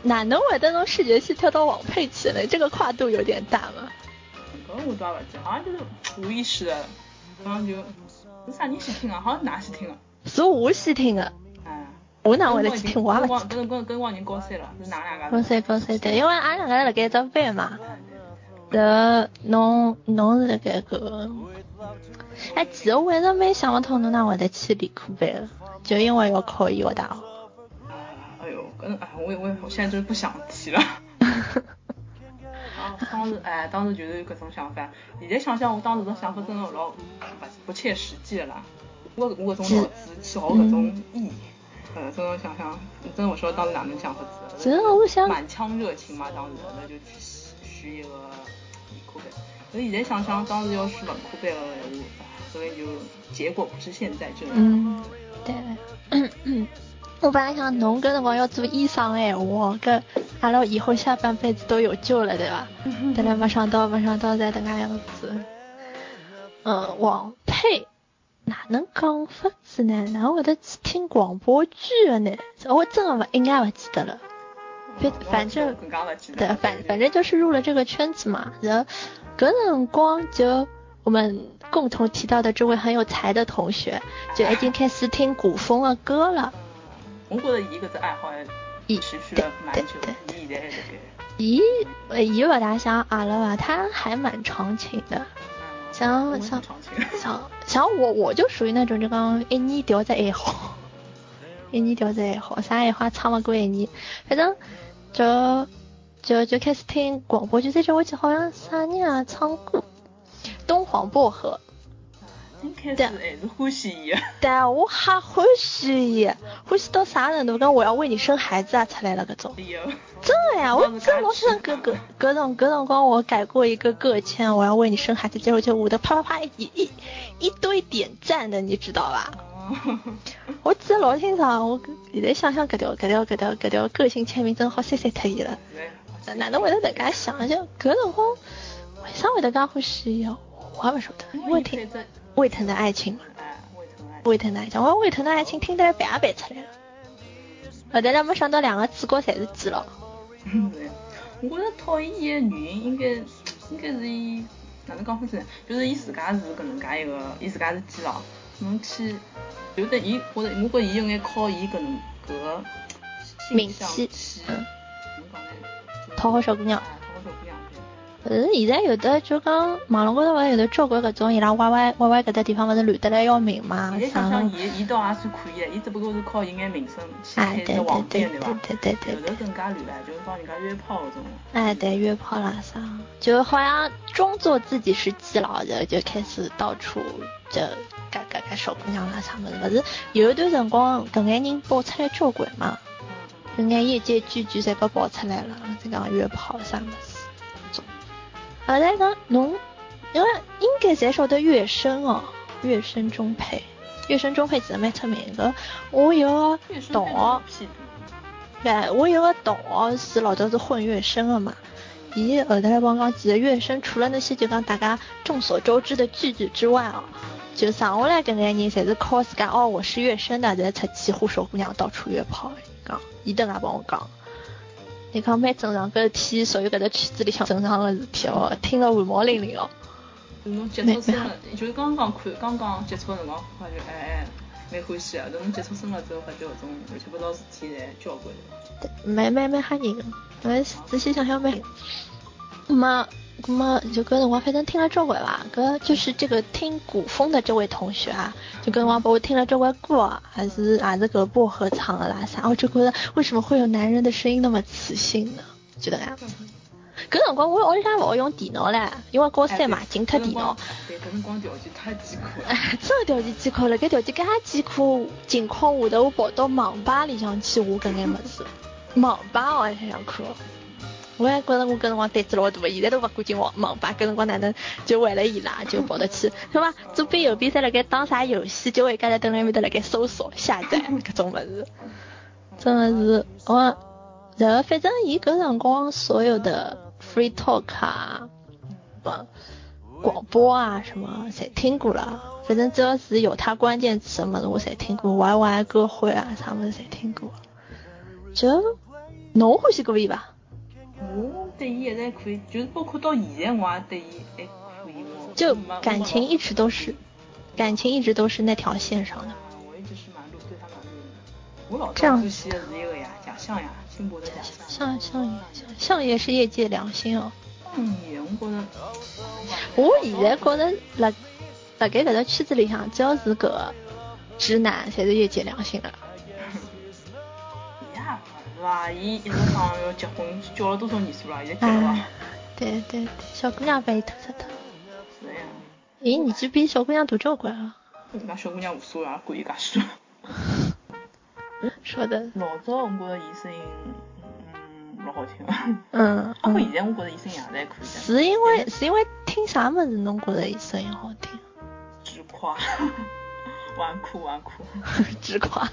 Speaker 1: 哪能会得从视觉系跳到王佩去呢？这个跨度有点大嘛。
Speaker 2: 搿我倒也勿记，好像就是无意识的，然后就，是啥人去听啊？好像㑚去听啊？
Speaker 1: 是我先听的，
Speaker 2: 哎，
Speaker 1: 我哪会得去听？我也
Speaker 2: 跟
Speaker 1: 不
Speaker 2: 光
Speaker 1: 记得。
Speaker 2: 跟跟跟光人高三了，是㑚两家头
Speaker 1: 公？司公司对，因为俺两个人辣盖一只班嘛，然后侬侬是辣盖搿个，哎，其实我一直蛮想勿通侬哪会得去理科班了，就因为要考医学大 学。
Speaker 2: 哎呦，跟哎，我也我也我现在真是不想提了。啊，当时哎，当时就是有搿种想法。现在想想，我当时的想法真的老不嗯不切实际了啦。我我搿种脑子去学搿种艺，呃，真的想想，真的我说当时哪能想法子？
Speaker 1: 其实我想，
Speaker 2: 满腔热情嘛，当时那就去学一个理科班。所以现在想想，当时要是文科班的闲话，所以就结果不是现在这样。
Speaker 1: 嗯，对， 嗯嗯，我本来想侬搿辰光要做医生哎，我搿阿拉以后下半辈子都有救了，对伐？但是没想到，没想到在迭个样子。嗯，王佩哪能讲法子呢？哪会得去听广播剧的呢？我真的勿应该勿记得了。反反正
Speaker 2: 更加勿记得
Speaker 1: 对，反反正就是入了这个圈子嘛。然后，搿辰光就我们共同提到的这位很有才的同学，就已经开始听古风的歌了。
Speaker 2: 嗯我觉着伊搿只爱好还
Speaker 1: 伊
Speaker 2: 持续
Speaker 1: 对
Speaker 2: 了蛮
Speaker 1: 对
Speaker 2: 久
Speaker 1: 对，
Speaker 2: 伊现在还辣盖。
Speaker 1: 伊呃伊勿大像阿拉吧，他还蛮长情的。
Speaker 2: 嗯
Speaker 1: 像
Speaker 2: 我也是
Speaker 1: 像
Speaker 2: 长情，
Speaker 1: 像像我我就属于那种就讲一年调只爱好，一年调只爱好，啥爱好也唱勿过一年，反正就就就开始听广播剧，这种我记得好像啥人啊唱过《东皇薄荷》。
Speaker 2: 一开始
Speaker 1: 对
Speaker 2: 还是欢喜伊的。
Speaker 1: 但我还欢喜伊，欢喜到啥程度？讲我要为你生孩子啊出来了搿种。
Speaker 2: 哎呦，
Speaker 1: 真的呀，我真老喜欢搿搿搿种搿辰光，我改过一个个签，我要为你生孩子，结果就我的啪啪啪一一一堆点赞的，你知道吧？
Speaker 2: 哦
Speaker 1: 我记得老清爽，我现在想想搿条搿条搿条搿条个性签名真好删删脱伊了。
Speaker 2: 对
Speaker 1: 哪能会得搿介想？啊就搿辰光为啥会得介欢喜伊哦？我也勿晓得，
Speaker 2: 因
Speaker 1: 胃
Speaker 2: 为伊
Speaker 1: 疼
Speaker 2: 开只
Speaker 1: 胃疼的爱情嘛。
Speaker 2: 哎，胃疼爱
Speaker 1: 胃疼奶酱，我胃疼奶酱听得白也白出来了。后头来没想到两个主角侪是基佬，
Speaker 2: 嗯对我觉着讨厌伊个原因应该应该是伊哪能讲法子呢？就是伊自家是搿能介一个，伊自家是基佬，侬去，有得伊，我觉着我觉着伊有眼靠伊搿能搿个
Speaker 1: 名
Speaker 2: 气
Speaker 1: 气
Speaker 2: 去，哪
Speaker 1: 嗯
Speaker 2: 能讲呢？就是
Speaker 1: 讨好小姑娘
Speaker 2: 啊讨好小姑娘，对
Speaker 1: 可是呃现在有的就讲网络高头勿是有的交关搿种伊拉 YY YY 搿搭地方勿是乱得来要命嘛
Speaker 2: 现在，哎想
Speaker 1: 啥
Speaker 2: 想
Speaker 1: 个？
Speaker 2: 伊，伊倒也算可以的，伊只不过是靠一眼名声去
Speaker 1: 哎对
Speaker 2: 开，只
Speaker 1: 对
Speaker 2: 网
Speaker 1: 对
Speaker 2: 店，
Speaker 1: 对
Speaker 2: 吧？
Speaker 1: 对对对
Speaker 2: 有。的更加乱了，就是帮人家约炮搿种。
Speaker 1: 哎，对，约炮啦啥，就好像装作自己是基佬的，就开始到处就嘎嘎嘎小姑娘啦啥么子，勿是有一段辰光搿眼人爆出来交关嘛，
Speaker 2: 嗯
Speaker 1: 有
Speaker 2: 嗯
Speaker 1: 眼业界巨巨侪被爆出来了，再讲约炮啥么子，种。啊，但讲侬，因为应该侪晓得月升哦，月升中配，月升中配其实蛮出名个，啊我有
Speaker 2: 确实
Speaker 1: 个同
Speaker 2: 是
Speaker 1: 学
Speaker 2: 有。屁股
Speaker 1: 对，哎我有个同学是老早是混乐声的嘛，伊后头来帮我讲，其实乐声除了那些就讲大家众所周知的句句之外哦，就剩下来搿眼人侪是靠自家哦，我是乐声的，侪出去呼小姑娘到处约炮。哎讲，伊等下帮我讲，你讲蛮正常，搿事体属于搿只圈子里向正常个事体哦，听了汗毛淋漓哦。
Speaker 2: 侬接
Speaker 1: 没
Speaker 2: 触深
Speaker 1: 没
Speaker 2: 了，就是刚刚看，刚刚接触的辰光，发觉哎哎，蛮欢喜的。等侬接触深了之后，发觉搿种乱七八糟事体侪交关的。
Speaker 1: 蛮蛮蛮吓人个，我仔细想想蛮。那么，那么就搿辰光反正听了交关吧，搿就是这个听古风的这位同学啊，就搿辰光拨我听了交关歌啊，还是还是搿薄荷唱的啦啥，我就觉得为什么会有男人的声音那么磁性呢？就搿能样子。搿辰光我屋里向勿好用电脑唻，因为高三嘛
Speaker 2: 哎，
Speaker 1: 禁脱电脑。。
Speaker 2: 对搿辰光对，搿辰光条件太艰苦了。
Speaker 1: 哎，真个条件艰苦，辣盖条件介艰苦情况下头，我跑到网吧里向去下搿眼物事。网吧哦，想想看哦，我还觉着我搿辰光胆子老大，现在都勿敢进网网吧。搿辰光哪能就为了伊拉就跑得去，对伐？左边右边侪辣盖打啥游戏，就我一家头蹲辣埃面搭辣盖搜索下载搿种物事，真个是我。然后反正伊搿辰光所有的 free talk 啊，呃广播啊什么，侪听过了。反正只要是有它关键词的么子，我侪听过。Y Y 歌会啊，啥么子侪听过。就侬欢喜过伊伐？
Speaker 2: 我嗯对伊现在可以，就是包括到现在，我也对伊还哎可以。我
Speaker 1: 就
Speaker 2: 没
Speaker 1: 感情一直都是，感情一直都是那条线上的。
Speaker 2: 啊，我一直是蛮路对他蛮路的。我老
Speaker 1: 这
Speaker 2: 早
Speaker 1: 样
Speaker 2: 欢喜的是那个呀，假象呀，轻薄的假象。
Speaker 1: 像像爷，像爷是业界良心哦。
Speaker 2: 嗯，也我觉得。
Speaker 1: 我现在觉得辣辣盖搿个圈子里向，只要是搿个直男，侪是业界良心的。
Speaker 2: 伊也是伐？伊一直讲要结婚，叫了多少年数了？现在结了伐
Speaker 1: 哎？，对对对，小姑娘被伊偷死脱。
Speaker 2: 是呀。
Speaker 1: 伊年纪比小姑娘大交关啊。
Speaker 2: 人家小姑娘无所谓，也管伊介许多。
Speaker 1: 说的，
Speaker 2: 老早我觉着伊声音，嗯，老好听。
Speaker 1: 嗯
Speaker 2: 包括
Speaker 1: 嗯，
Speaker 2: 现在我觉着伊声音也是还可以的，
Speaker 1: 是因为是因为听啥么子，侬觉得伊声音好听？
Speaker 2: 直夸， 纨绔纨绔。
Speaker 1: 直夸，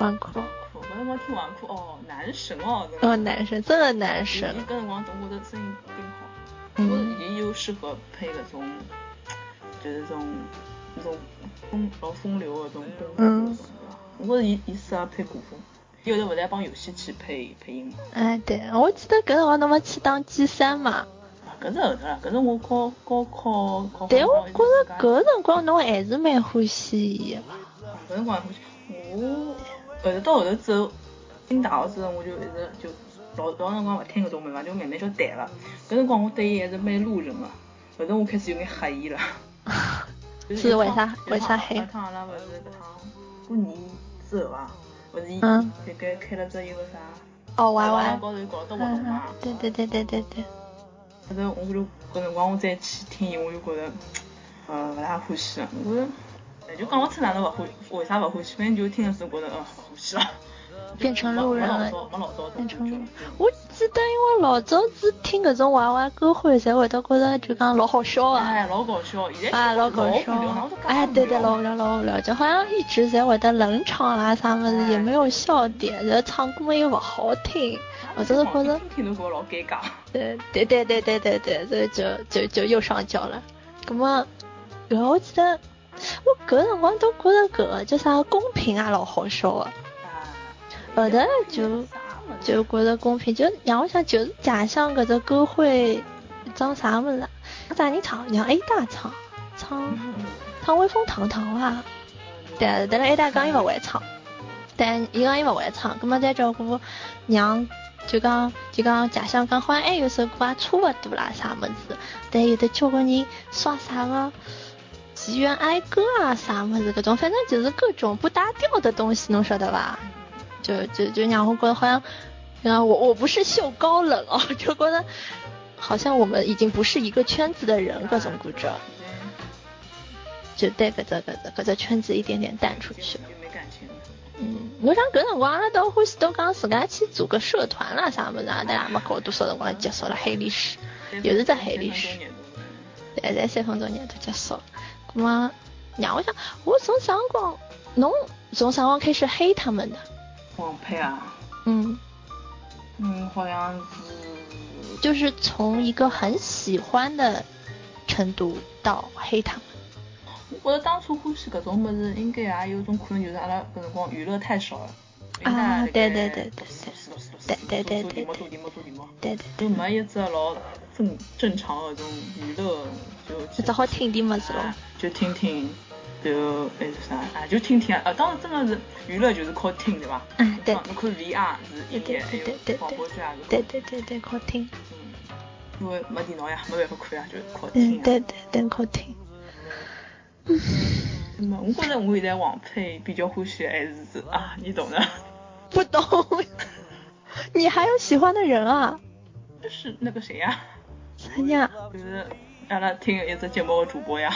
Speaker 1: 蛮酷。
Speaker 2: 我搿辰光听纨绔哦，男神哦，真的。
Speaker 1: 哦，男神，真的男
Speaker 2: 伊
Speaker 1: 神
Speaker 2: 搿，辰光总觉着声音更好，我觉
Speaker 1: 嗯
Speaker 2: 着伊又适合配搿种，就是这种那种风老风流搿种
Speaker 1: 嗯
Speaker 2: 风格。我觉着伊伊适合配古风，伊后头勿是还帮游戏去配配音嘛？
Speaker 1: 哎，对，我记得搿辰光侬勿去当 G 三嘛，
Speaker 2: 啊，搿是后头啦，搿是我高高考高考
Speaker 1: 但我
Speaker 2: 考一
Speaker 1: 觉着
Speaker 2: 段时间
Speaker 1: 搿辰光侬还是蛮欢喜伊的吧。
Speaker 2: 啊搿辰光我后头到后头之后，进大学之后我就一直就老老辰光勿听搿种物事，就慢慢就淡了。搿辰光我对伊还是蛮路人个，后头我开始有眼黑伊了。就是有一
Speaker 1: 为
Speaker 2: 趟
Speaker 1: 啥
Speaker 2: 有
Speaker 1: 为
Speaker 2: 一
Speaker 1: 啥
Speaker 2: 趟
Speaker 1: 黑
Speaker 2: 有一趟阿拉勿是搿趟过年之后啊，勿是伊
Speaker 1: 嗯
Speaker 2: 伊开开了只一个啥
Speaker 1: 哦，玩
Speaker 2: 网
Speaker 1: 玩，
Speaker 2: 高头搞得活动
Speaker 1: 嗯
Speaker 2: 嘛，，
Speaker 1: 对对对对对对，
Speaker 2: 反正我就搿辰光我再去听伊，我就觉着，呃，勿大欢喜了。我觉着，哎就讲勿出哪能勿欢，为啥勿欢喜，反正就听着是觉着，嗯，勿欢喜了。
Speaker 1: 变成路人
Speaker 2: 没老
Speaker 1: 了。
Speaker 2: 早，没老早
Speaker 1: 变
Speaker 2: 这
Speaker 1: 成
Speaker 2: 种
Speaker 1: 了
Speaker 2: 感觉。
Speaker 1: 我记得，因为老早子听搿种娃娃歌会，侪会得觉着就讲老好笑啊。
Speaker 2: 哎，老搞笑，现在
Speaker 1: 啊，老搞
Speaker 2: 无
Speaker 1: 笑
Speaker 2: 聊哪有这！介
Speaker 1: 哎，对对，
Speaker 2: 无聊
Speaker 1: 老无聊，老无聊，就好像一直在我的冷场啦啥么子，也没有笑点，然后唱歌嘛也不好听，
Speaker 2: 哎
Speaker 1: 我真的觉着
Speaker 2: 一，听听都觉着老尴尬。
Speaker 1: 对对对啊对对对对，所以就就就又上交了。那么，然后我记得我搿辰光都觉着搿叫啥公平也老好笑个，后头就
Speaker 2: 啊
Speaker 1: 就觉着公平，就让我想就是假想搿只歌会唱啥物事啊？啥人唱？让 A 大唱，唱 唱威风堂堂伐？但但是 A 大讲伊勿会唱，但伊讲伊勿会唱，葛末再叫我让就讲就讲假想讲好像还有首歌也差勿多啦啥物事，但有的交关人刷啥个。吉原哀歌啊，啥么子各种，反正就是各种不搭调的东西，侬晓得吧？就就就让我觉得好像，然后我我不是秀高冷哦，就觉得好像我们已经不是一个圈子的人，各种各种，就对搿只搿只搿只圈子一点点淡出去。
Speaker 2: 就没感情了。
Speaker 1: 嗯，我想搿辰光阿拉都欢喜都讲自家去组个社团啦啥么子啊，但阿没搞多少辰光结束了黑历史，又是只黑历史，对，在三分钟热度结束了。葛么让我想，我从啥辰光，侬从啥辰光开始黑他们的？
Speaker 2: 王佩啊，
Speaker 1: 嗯，
Speaker 2: 嗯，好像是
Speaker 1: 就是从一个很喜欢的程度到黑他们。
Speaker 2: 我觉着当初欢喜搿种物事，应该也有种可能就是阿拉搿辰光娱乐太少了。
Speaker 1: 啊对对对对对对对
Speaker 2: 做
Speaker 1: 对
Speaker 2: 题目做题目做题目，
Speaker 1: 对对，
Speaker 2: 就没一只老正正常搿种娱乐就
Speaker 1: 就只好听点么子咯。
Speaker 2: 就听听，然后还有啥啊？就听听啊！当时真的是娱乐就是靠听对吧？
Speaker 1: 嗯对
Speaker 2: 侬看 VR 是
Speaker 1: 对对
Speaker 2: 音乐，还
Speaker 1: 对
Speaker 2: 有
Speaker 1: 对对
Speaker 2: 广播剧啊，是
Speaker 1: 对对对对，好听。
Speaker 2: 嗯，因为没电脑呀，没办法看呀，就是靠听
Speaker 1: 嗯，
Speaker 2: 呀。
Speaker 1: 对对对，好听。
Speaker 2: 那么我觉着我现在网配比较欢喜的还是啊，你懂的，
Speaker 1: 不懂， 你还有喜欢的人啊？
Speaker 2: 就是那个谁呀，
Speaker 1: 啥人啊？
Speaker 2: 就是阿拉听一只节目的主播呀。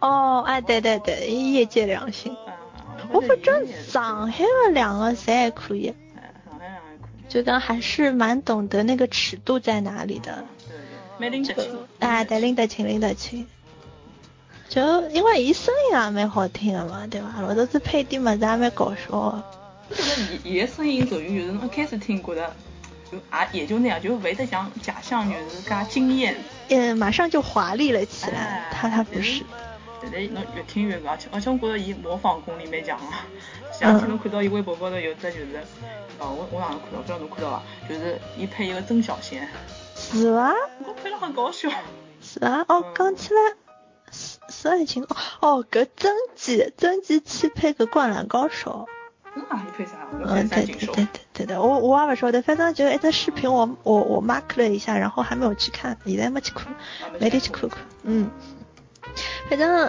Speaker 1: 哦，哎，对对对，业界良心。
Speaker 2: 啊，
Speaker 1: 我
Speaker 2: 觉
Speaker 1: 反
Speaker 2: 着
Speaker 1: 正
Speaker 2: 也是
Speaker 1: 上海的两个谁还可以，
Speaker 2: 哎上海人也可以。
Speaker 1: 就讲还是蛮懂得那个尺度在哪里的。
Speaker 2: 对对，没拎得清。
Speaker 1: 哎，对，拎得清，拎得清。就因为伊声音也蛮好听的嘛，对吧？老头子配点么子也蛮搞笑的。
Speaker 2: 我觉得伊伊的声音属于就是侬一开始听觉得就也也就那样，就勿会得像假象就是介惊艳。
Speaker 1: 嗯，马上就华丽了起来
Speaker 2: 哎。
Speaker 1: 他他不是，。
Speaker 2: 现在侬越听越而且而且我觉着伊模仿功力蛮强啊。像
Speaker 1: 嗯
Speaker 2: 天侬看到伊微博高头有只就是，哦，我我哪能看到？不知道侬看到伐？就是伊配一个曾小贤，
Speaker 1: 是吧？
Speaker 2: 我配了很搞笑。
Speaker 1: 是吧？哦，讲起来，是是爱情哦哦，搿曾记曾记去配个灌篮高手。
Speaker 2: 侬哪里配啥？我配
Speaker 1: 嗯，
Speaker 2: 三
Speaker 1: 对对
Speaker 2: 井寿
Speaker 1: 对。对对对，我我也不晓得，反正就是一只视频我，我我 mark 了一下，然后还没有去看，现在没去看，没得去看看。嗯，反正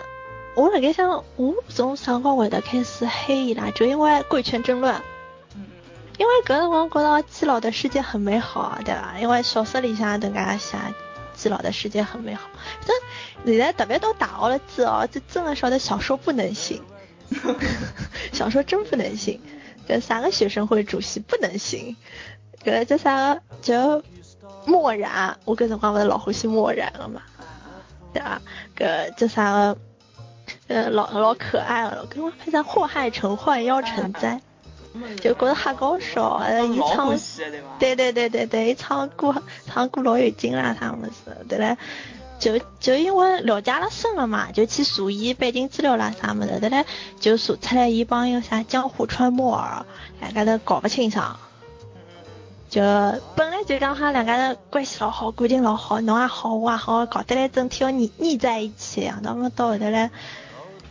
Speaker 1: 我辣盖想，我从啥辰光会得开始黑伊拉，就因为贵圈争乱。
Speaker 2: 嗯嗯
Speaker 1: 因为搿辰光觉得基佬的世界很美好，啊对伐？因为小说里向人家写基佬的世界很美好，但现在特别到大学了之后，就真的晓得小说不能信， 小说真不能信，搿啥个学生会主席不能信，搿叫啥个就漠然，我搿辰光勿是老欢喜漠然个嘛，对伐？搿叫啥个？呃，老老可爱了，跟我配上祸害成患，妖成灾。
Speaker 2: 嗯。
Speaker 1: 就觉得瞎搞笑，呃，伊
Speaker 2: 老
Speaker 1: 唱
Speaker 2: 欢，喜的对伐？
Speaker 1: 对对对对对，伊唱歌唱歌老有劲啦，啥么子，对嘞，就就因为了解了深了嘛，就去查伊背景资料啦，啥么子，对嘞，就查出来伊帮一个啥江户川摩尔，两家头搞不清爽。
Speaker 2: 嗯
Speaker 1: 就本来就讲哈两家头关系老好，感情老啊好，侬也好我也好，搞得来整天要腻腻在一起啊。那么到后头嘞，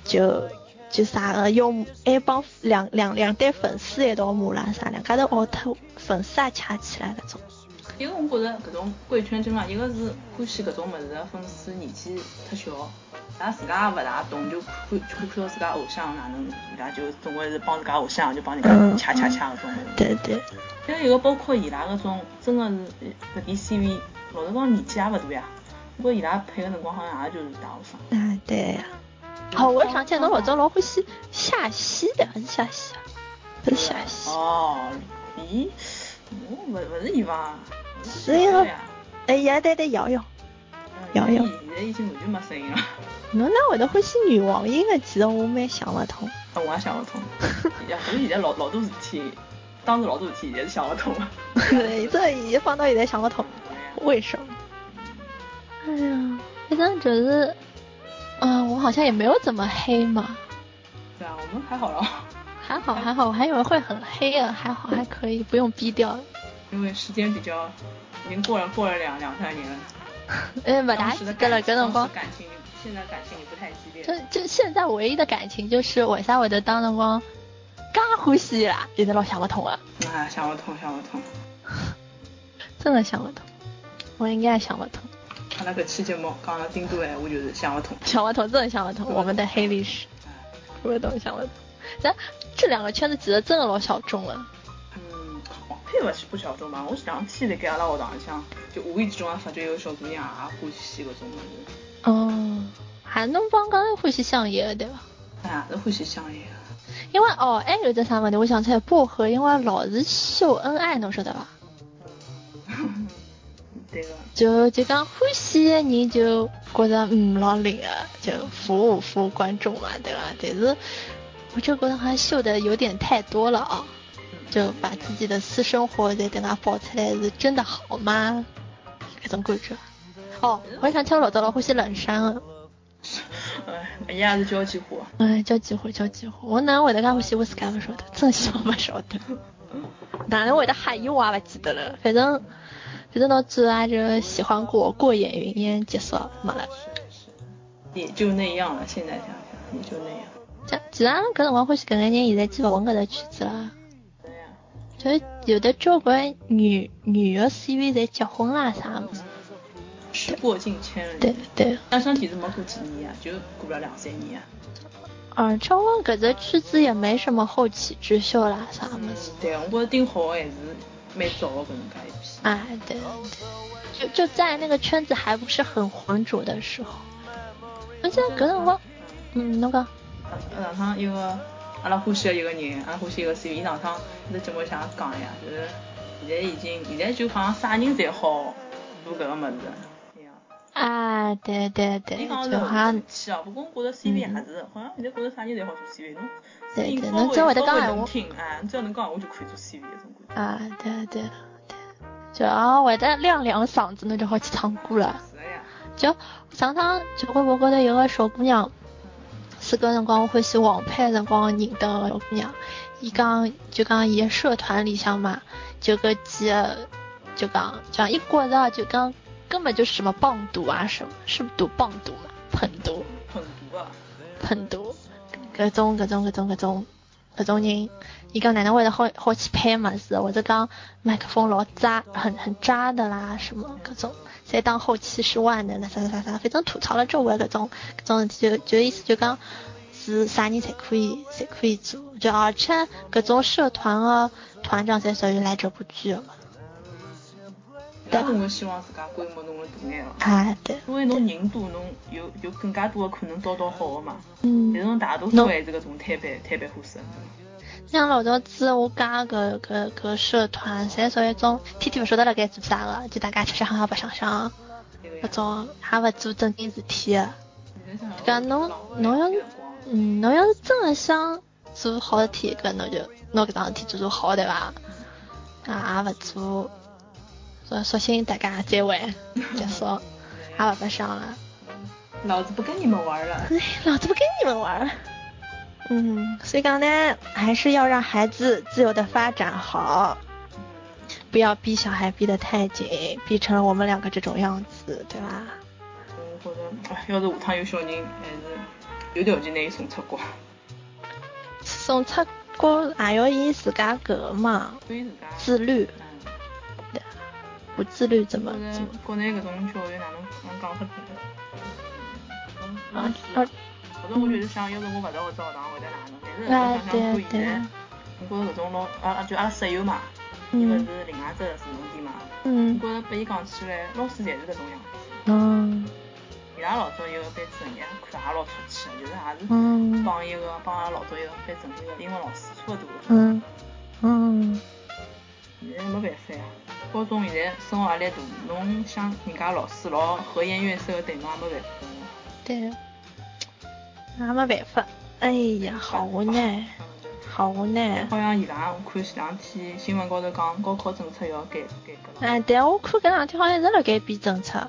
Speaker 1: 就就啥个要还哎帮两两两对粉丝一道骂啦啥，两家头拗脱粉丝也掐起来搿种。
Speaker 2: 一个我觉着搿种贵圈真嘛，一个是欢喜搿种物事的粉丝年纪太小，咱自家也勿大懂，就看看看到自家偶像哪能，人家就总归是帮自家偶像就帮人家
Speaker 1: 嗯
Speaker 2: 掐掐掐搿种物事。
Speaker 1: 对对，
Speaker 2: 还有一个包括伊拉搿种真个是搿点 CV，老实讲年纪也勿大呀，不过伊拉配个辰光好像也就是大学生。
Speaker 1: 啊对呀、哦，我想起来侬老早老欢喜夏曦的，还是夏曦啊？不是夏曦，
Speaker 2: 哦，伊，我勿勿是伊伐？
Speaker 1: 是呀
Speaker 2: 小的呀，
Speaker 1: 哎呀对对瑶瑶，
Speaker 2: 嗯
Speaker 1: 瑶瑶
Speaker 2: 伊现在已经完全没声音了。
Speaker 1: 侬哪会得欢喜女王音的？其实我蛮想勿通。
Speaker 2: 啊，我也想勿 通，呀，反正现在老老多事体，当时老多事体，现在是想勿 通了。
Speaker 1: 对，这已经放到现在哎想不通，为什么？哎呀，反正就是嗯，我好像也没有怎么黑嘛，
Speaker 2: 对啊，我们还好啦，
Speaker 1: 还好还好，我还以为会很黑啊，还好还可以，不用逼 掉了。
Speaker 2: 因为时间比较已经过了过了两两三年了。
Speaker 1: 嗯，不大
Speaker 2: 当
Speaker 1: 记
Speaker 2: 时的
Speaker 1: 得
Speaker 2: 感
Speaker 1: 了，搿辰
Speaker 2: 当
Speaker 1: 光
Speaker 2: 时。感情现在感情也不太激烈。
Speaker 1: 就就现在唯一的感情就是为啥会得当辰光介欢喜伊拉，现在老想不通啊，
Speaker 2: 哎，想不通，想不通。
Speaker 1: 真的想不通。我应该想不通，
Speaker 2: 阿拉搿期节目讲了京都闲话，就是想不通。
Speaker 1: 想不通，真的想不通。我们的黑历史，
Speaker 2: 哎
Speaker 1: 我也懂想不通。咱这两个圈子其实真的老小众了。
Speaker 2: 嗯，黄配勿是不小众嘛，我上天辣盖阿拉学堂里向，就无意之中也发觉有小姑娘也欢喜搿种物事，
Speaker 1: 哦，还能帮刚刚欢喜相爷对吧？
Speaker 2: 哎，也是欢喜香 烟。
Speaker 1: 因为哦，还有一只啥问题，我想起来薄荷，因为老是秀恩爱，侬晓得吧？
Speaker 2: 对啊个，
Speaker 1: 就就讲欢喜的人就觉着嗯老灵啊，就服务服务观众嘛，对吧？但是我就觉得好像秀的有点太多了啊，就把自己的私生活再给它爆出来，是真的好吗？这种感觉。哦，我还想起我老早老欢喜冷啊杉的，
Speaker 2: 哎，人家也是交际花。
Speaker 1: 哎，交几回交几回，我哪能会得介欢喜我自家勿晓得，真心我勿晓得，哪能会得吓伊我也勿记得了，反正反正到最后也就喜欢过过眼云烟结束了没了。
Speaker 2: 也就那样了，现在想想也就那样。
Speaker 1: 像其实阿拉搿辰光欢喜搿眼人，现在基本混搿只圈子啦。
Speaker 2: 对呀、
Speaker 1: 就是有的交关女女的 CV 侪结婚啦啥物事。
Speaker 2: 时过境迁了。
Speaker 1: 对对，
Speaker 2: 但身体是没过几年啊，就过了两三年啊。
Speaker 1: 而且我搿只圈子也没什么后起之秀啦啥物
Speaker 2: 嗯
Speaker 1: 事。，
Speaker 2: 对，我觉着丁好还是蛮早的搿能介一批。
Speaker 1: 哎，对，就就在那个圈子还不是很浑浊的时候，我记得搿辰光，嗯，侬讲，
Speaker 2: 呃，上趟一个阿拉欢喜的一个人，阿拉欢喜一个 CV，伊上趟在节目里向讲呀，就是现在已经现在就好像啥人侪好做搿个物事。对呀
Speaker 1: 哎，对对对，
Speaker 2: 你讲
Speaker 1: 就好像
Speaker 2: 是气哦，不过我觉着 CV 也是，好像现在觉着啥人侪好做 CV，侬声音
Speaker 1: 对对
Speaker 2: 稍
Speaker 1: 侬
Speaker 2: 微
Speaker 1: 只要
Speaker 2: 稍
Speaker 1: 会
Speaker 2: 微
Speaker 1: 得讲闲话
Speaker 2: 能听，哎，你只要能讲闲话就可以做 CV 搿种感觉。
Speaker 1: 啊，对对对，就哦要会得亮亮嗓子，侬就好去唱歌了。
Speaker 2: 是的呀，
Speaker 1: 就上趟就微博高头有个小姑娘，是搿辰光我欢喜王牌辰光认得个小姑娘，伊讲就讲伊个社团里向嘛，就搿几个就讲就讲伊觉着就讲根本就是什么棒赌啊什么，是不是赌棒啊赌嘛，捧赌
Speaker 2: 很毒啊。
Speaker 1: 捧赌，搿种搿种搿种搿种搿种人，伊讲哪能会得好好去拍物事，或者讲麦克风老渣，很很渣的啦，什么各种，再当后期是万能的，啥啥啥啥，反正吐槽了周围搿种搿种就就意思就讲是啥人侪可以侪可以做，就而且搿种社团的团长侪属于来者不拒的嘛，
Speaker 2: 但侬会希望自家规模侬会大眼哦，
Speaker 1: 啊对，
Speaker 2: 因为侬人多，侬有有更加多的可能招到好的嘛。但是
Speaker 1: 嗯。
Speaker 2: 侬大多数还是搿种摊板摊板货色。
Speaker 1: 像老早子我加搿搿搿社团，侪属于一种天天勿晓得辣盖做啥个，就大家吃吃喝喝白相相，
Speaker 2: 对个呀
Speaker 1: 搿种也勿做正经事体的。
Speaker 2: 现在想想
Speaker 1: 搿啊侬侬要
Speaker 2: 是
Speaker 1: 是嗯，侬要是真的想做好事体，搿侬就拿搿桩事体做做好，对伐？啊，也勿做，索索性大家再会，结束，也勿白相了。
Speaker 2: 老子不跟你们玩了。
Speaker 1: 哎，老子不跟你们玩了。嗯，所以讲呢，还是要让孩子自由的发展好，不要逼小孩逼得太紧，逼成了我们两个这种样子，对吧？
Speaker 2: 我觉着，哎，要是下趟有小人，还是有条件拿伊送出国，
Speaker 1: 送哎出国也要伊自家搿个嘛，
Speaker 2: 对自家。
Speaker 1: 自律，
Speaker 2: 嗯
Speaker 1: 不自律怎么
Speaker 2: 我觉
Speaker 1: 怎
Speaker 2: 着
Speaker 1: 么？
Speaker 2: 国内搿种教育哪能能讲法子？
Speaker 1: 啊
Speaker 2: 嗯嗯
Speaker 1: 啊
Speaker 2: 是否则我就是想，要是我勿到搿只学堂会得哪能？但是
Speaker 1: 啊
Speaker 2: 我想想看
Speaker 1: 对
Speaker 2: 现在，我觉着搿种老阿拉就阿拉室友嘛，伊勿
Speaker 1: 嗯
Speaker 2: 是另外只市重点嘛，我
Speaker 1: 嗯
Speaker 2: 觉着拨伊讲起来，老师侪是搿种样子。
Speaker 1: 嗯
Speaker 2: 伊拉老早一个班主任，看也老出气，就是也是
Speaker 1: 嗯
Speaker 2: 帮一个帮阿拉老早一个班主任一个英文老师差勿多。
Speaker 1: 嗯嗯，
Speaker 2: 现在没办法呀，高中现在生活压力大，侬想人家老师老和颜悦色的对侬也没办法的。
Speaker 1: 对，那没办法。哎呀，好无奈，好无
Speaker 2: 但
Speaker 1: 奈。
Speaker 2: 好像伊拉，我看前两天新闻高头讲，高考政策要改改革了。
Speaker 1: 啊哎，但我看搿两天好像一直辣盖变政策，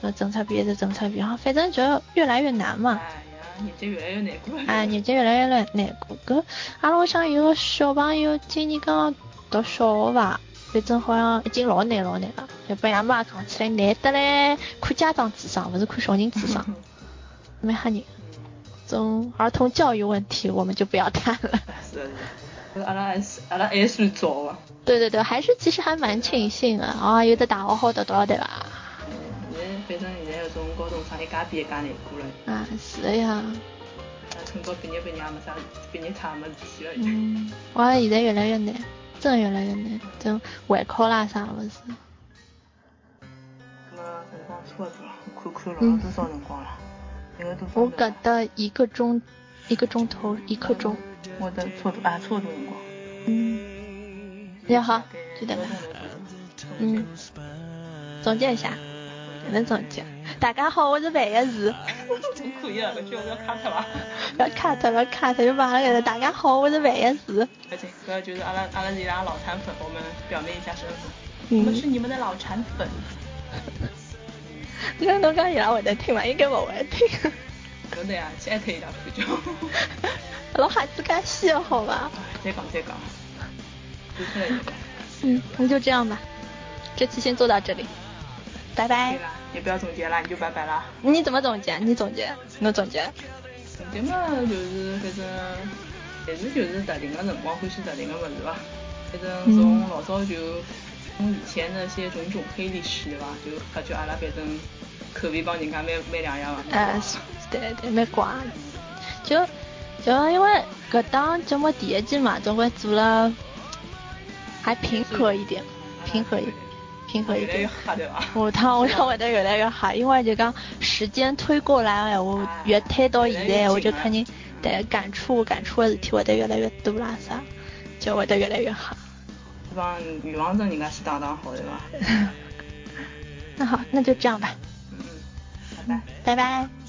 Speaker 1: 么政策比还是政策比，然后反正就越来越难嘛。
Speaker 2: 哎呀，日节越来越难过了。
Speaker 1: 哎，日节越来越难难过。搿阿拉屋里向有个小朋友今年刚刚读小学伐，反正好像已经老难老难了。要拨爷妈也讲起来难得嘞，看家长智商，勿是看小人智商，蛮吓人。这种儿童教育问题我们就不要谈了。
Speaker 2: 是的，是的，阿拉还是阿拉还算早啊。
Speaker 1: 对对对，还是其实还蛮庆幸的啊，有的大学好读到对伐？
Speaker 2: 现在反正现在搿种高中生一家比一家难过了。
Speaker 1: 啊，是的呀。
Speaker 2: 那趁早毕业毕业也没啥，毕业差也没事体了。已经。
Speaker 1: 嗯，我现在越来越难，真的越来越难，这种会考啦啥物事。
Speaker 2: 那么辰光差不多了，我看看落了多少辰光了，一个多
Speaker 1: 我
Speaker 2: 钟头
Speaker 1: 搿
Speaker 2: 了。
Speaker 1: 搭一个钟，一个钟头，一刻钟。
Speaker 2: 我的差不多啊，差不多辰光。
Speaker 1: 嗯，也好，就这
Speaker 2: 大
Speaker 1: 个
Speaker 2: 概。一个钟头左右
Speaker 1: 嗯，总结一下，哪能总结？大家好，我是万一是，
Speaker 2: 可以啊，搿句话要卡脱伐？
Speaker 1: 不要 cut，不要 cut，就把那个大家好，我是万一是。
Speaker 2: 而且搿就是阿拉阿拉是伊拉老残粉，我们表明一下身份，我们是
Speaker 1: 嗯，
Speaker 2: 你们的老残 粉。
Speaker 1: 那侬讲伊拉会得听伐？应该勿会听。
Speaker 2: 真的呀，去艾特伊拉看就。
Speaker 1: 老汉子干戏好吧？
Speaker 2: 再讲再讲，就出来一个，
Speaker 1: 嗯，那就这样吧，这期先做到这里，拜拜
Speaker 2: 对。啦，也不要总结啦，你就拜拜啦。
Speaker 1: 你怎么总结？你总结，侬总结。
Speaker 2: 总结嘛，就是反正，还是就是特定的辰光欢喜特定的物事伐。反正从老早就，从以前那些种种黑历史对伐，就发觉阿拉反正口味帮人家蛮蛮两样的。
Speaker 1: 呃，是对对，蛮怪。就就因为搿档节目第一季嘛，总归做了还平和一点，平和一点，平和一
Speaker 2: 越来越
Speaker 1: 点。
Speaker 2: 黑对伐？
Speaker 1: 下趟下趟会得越来越好，因为就讲时间推过来的闲话，
Speaker 2: 哎
Speaker 1: 越推到现在，我就肯定对感触感触的事体会得越来越多啦啥，就会得越来越好。
Speaker 2: 是帮欲望症人家去打打好对伐？
Speaker 1: 那好，那就这样吧，
Speaker 2: 嗯，嗯，拜拜。
Speaker 1: 拜拜。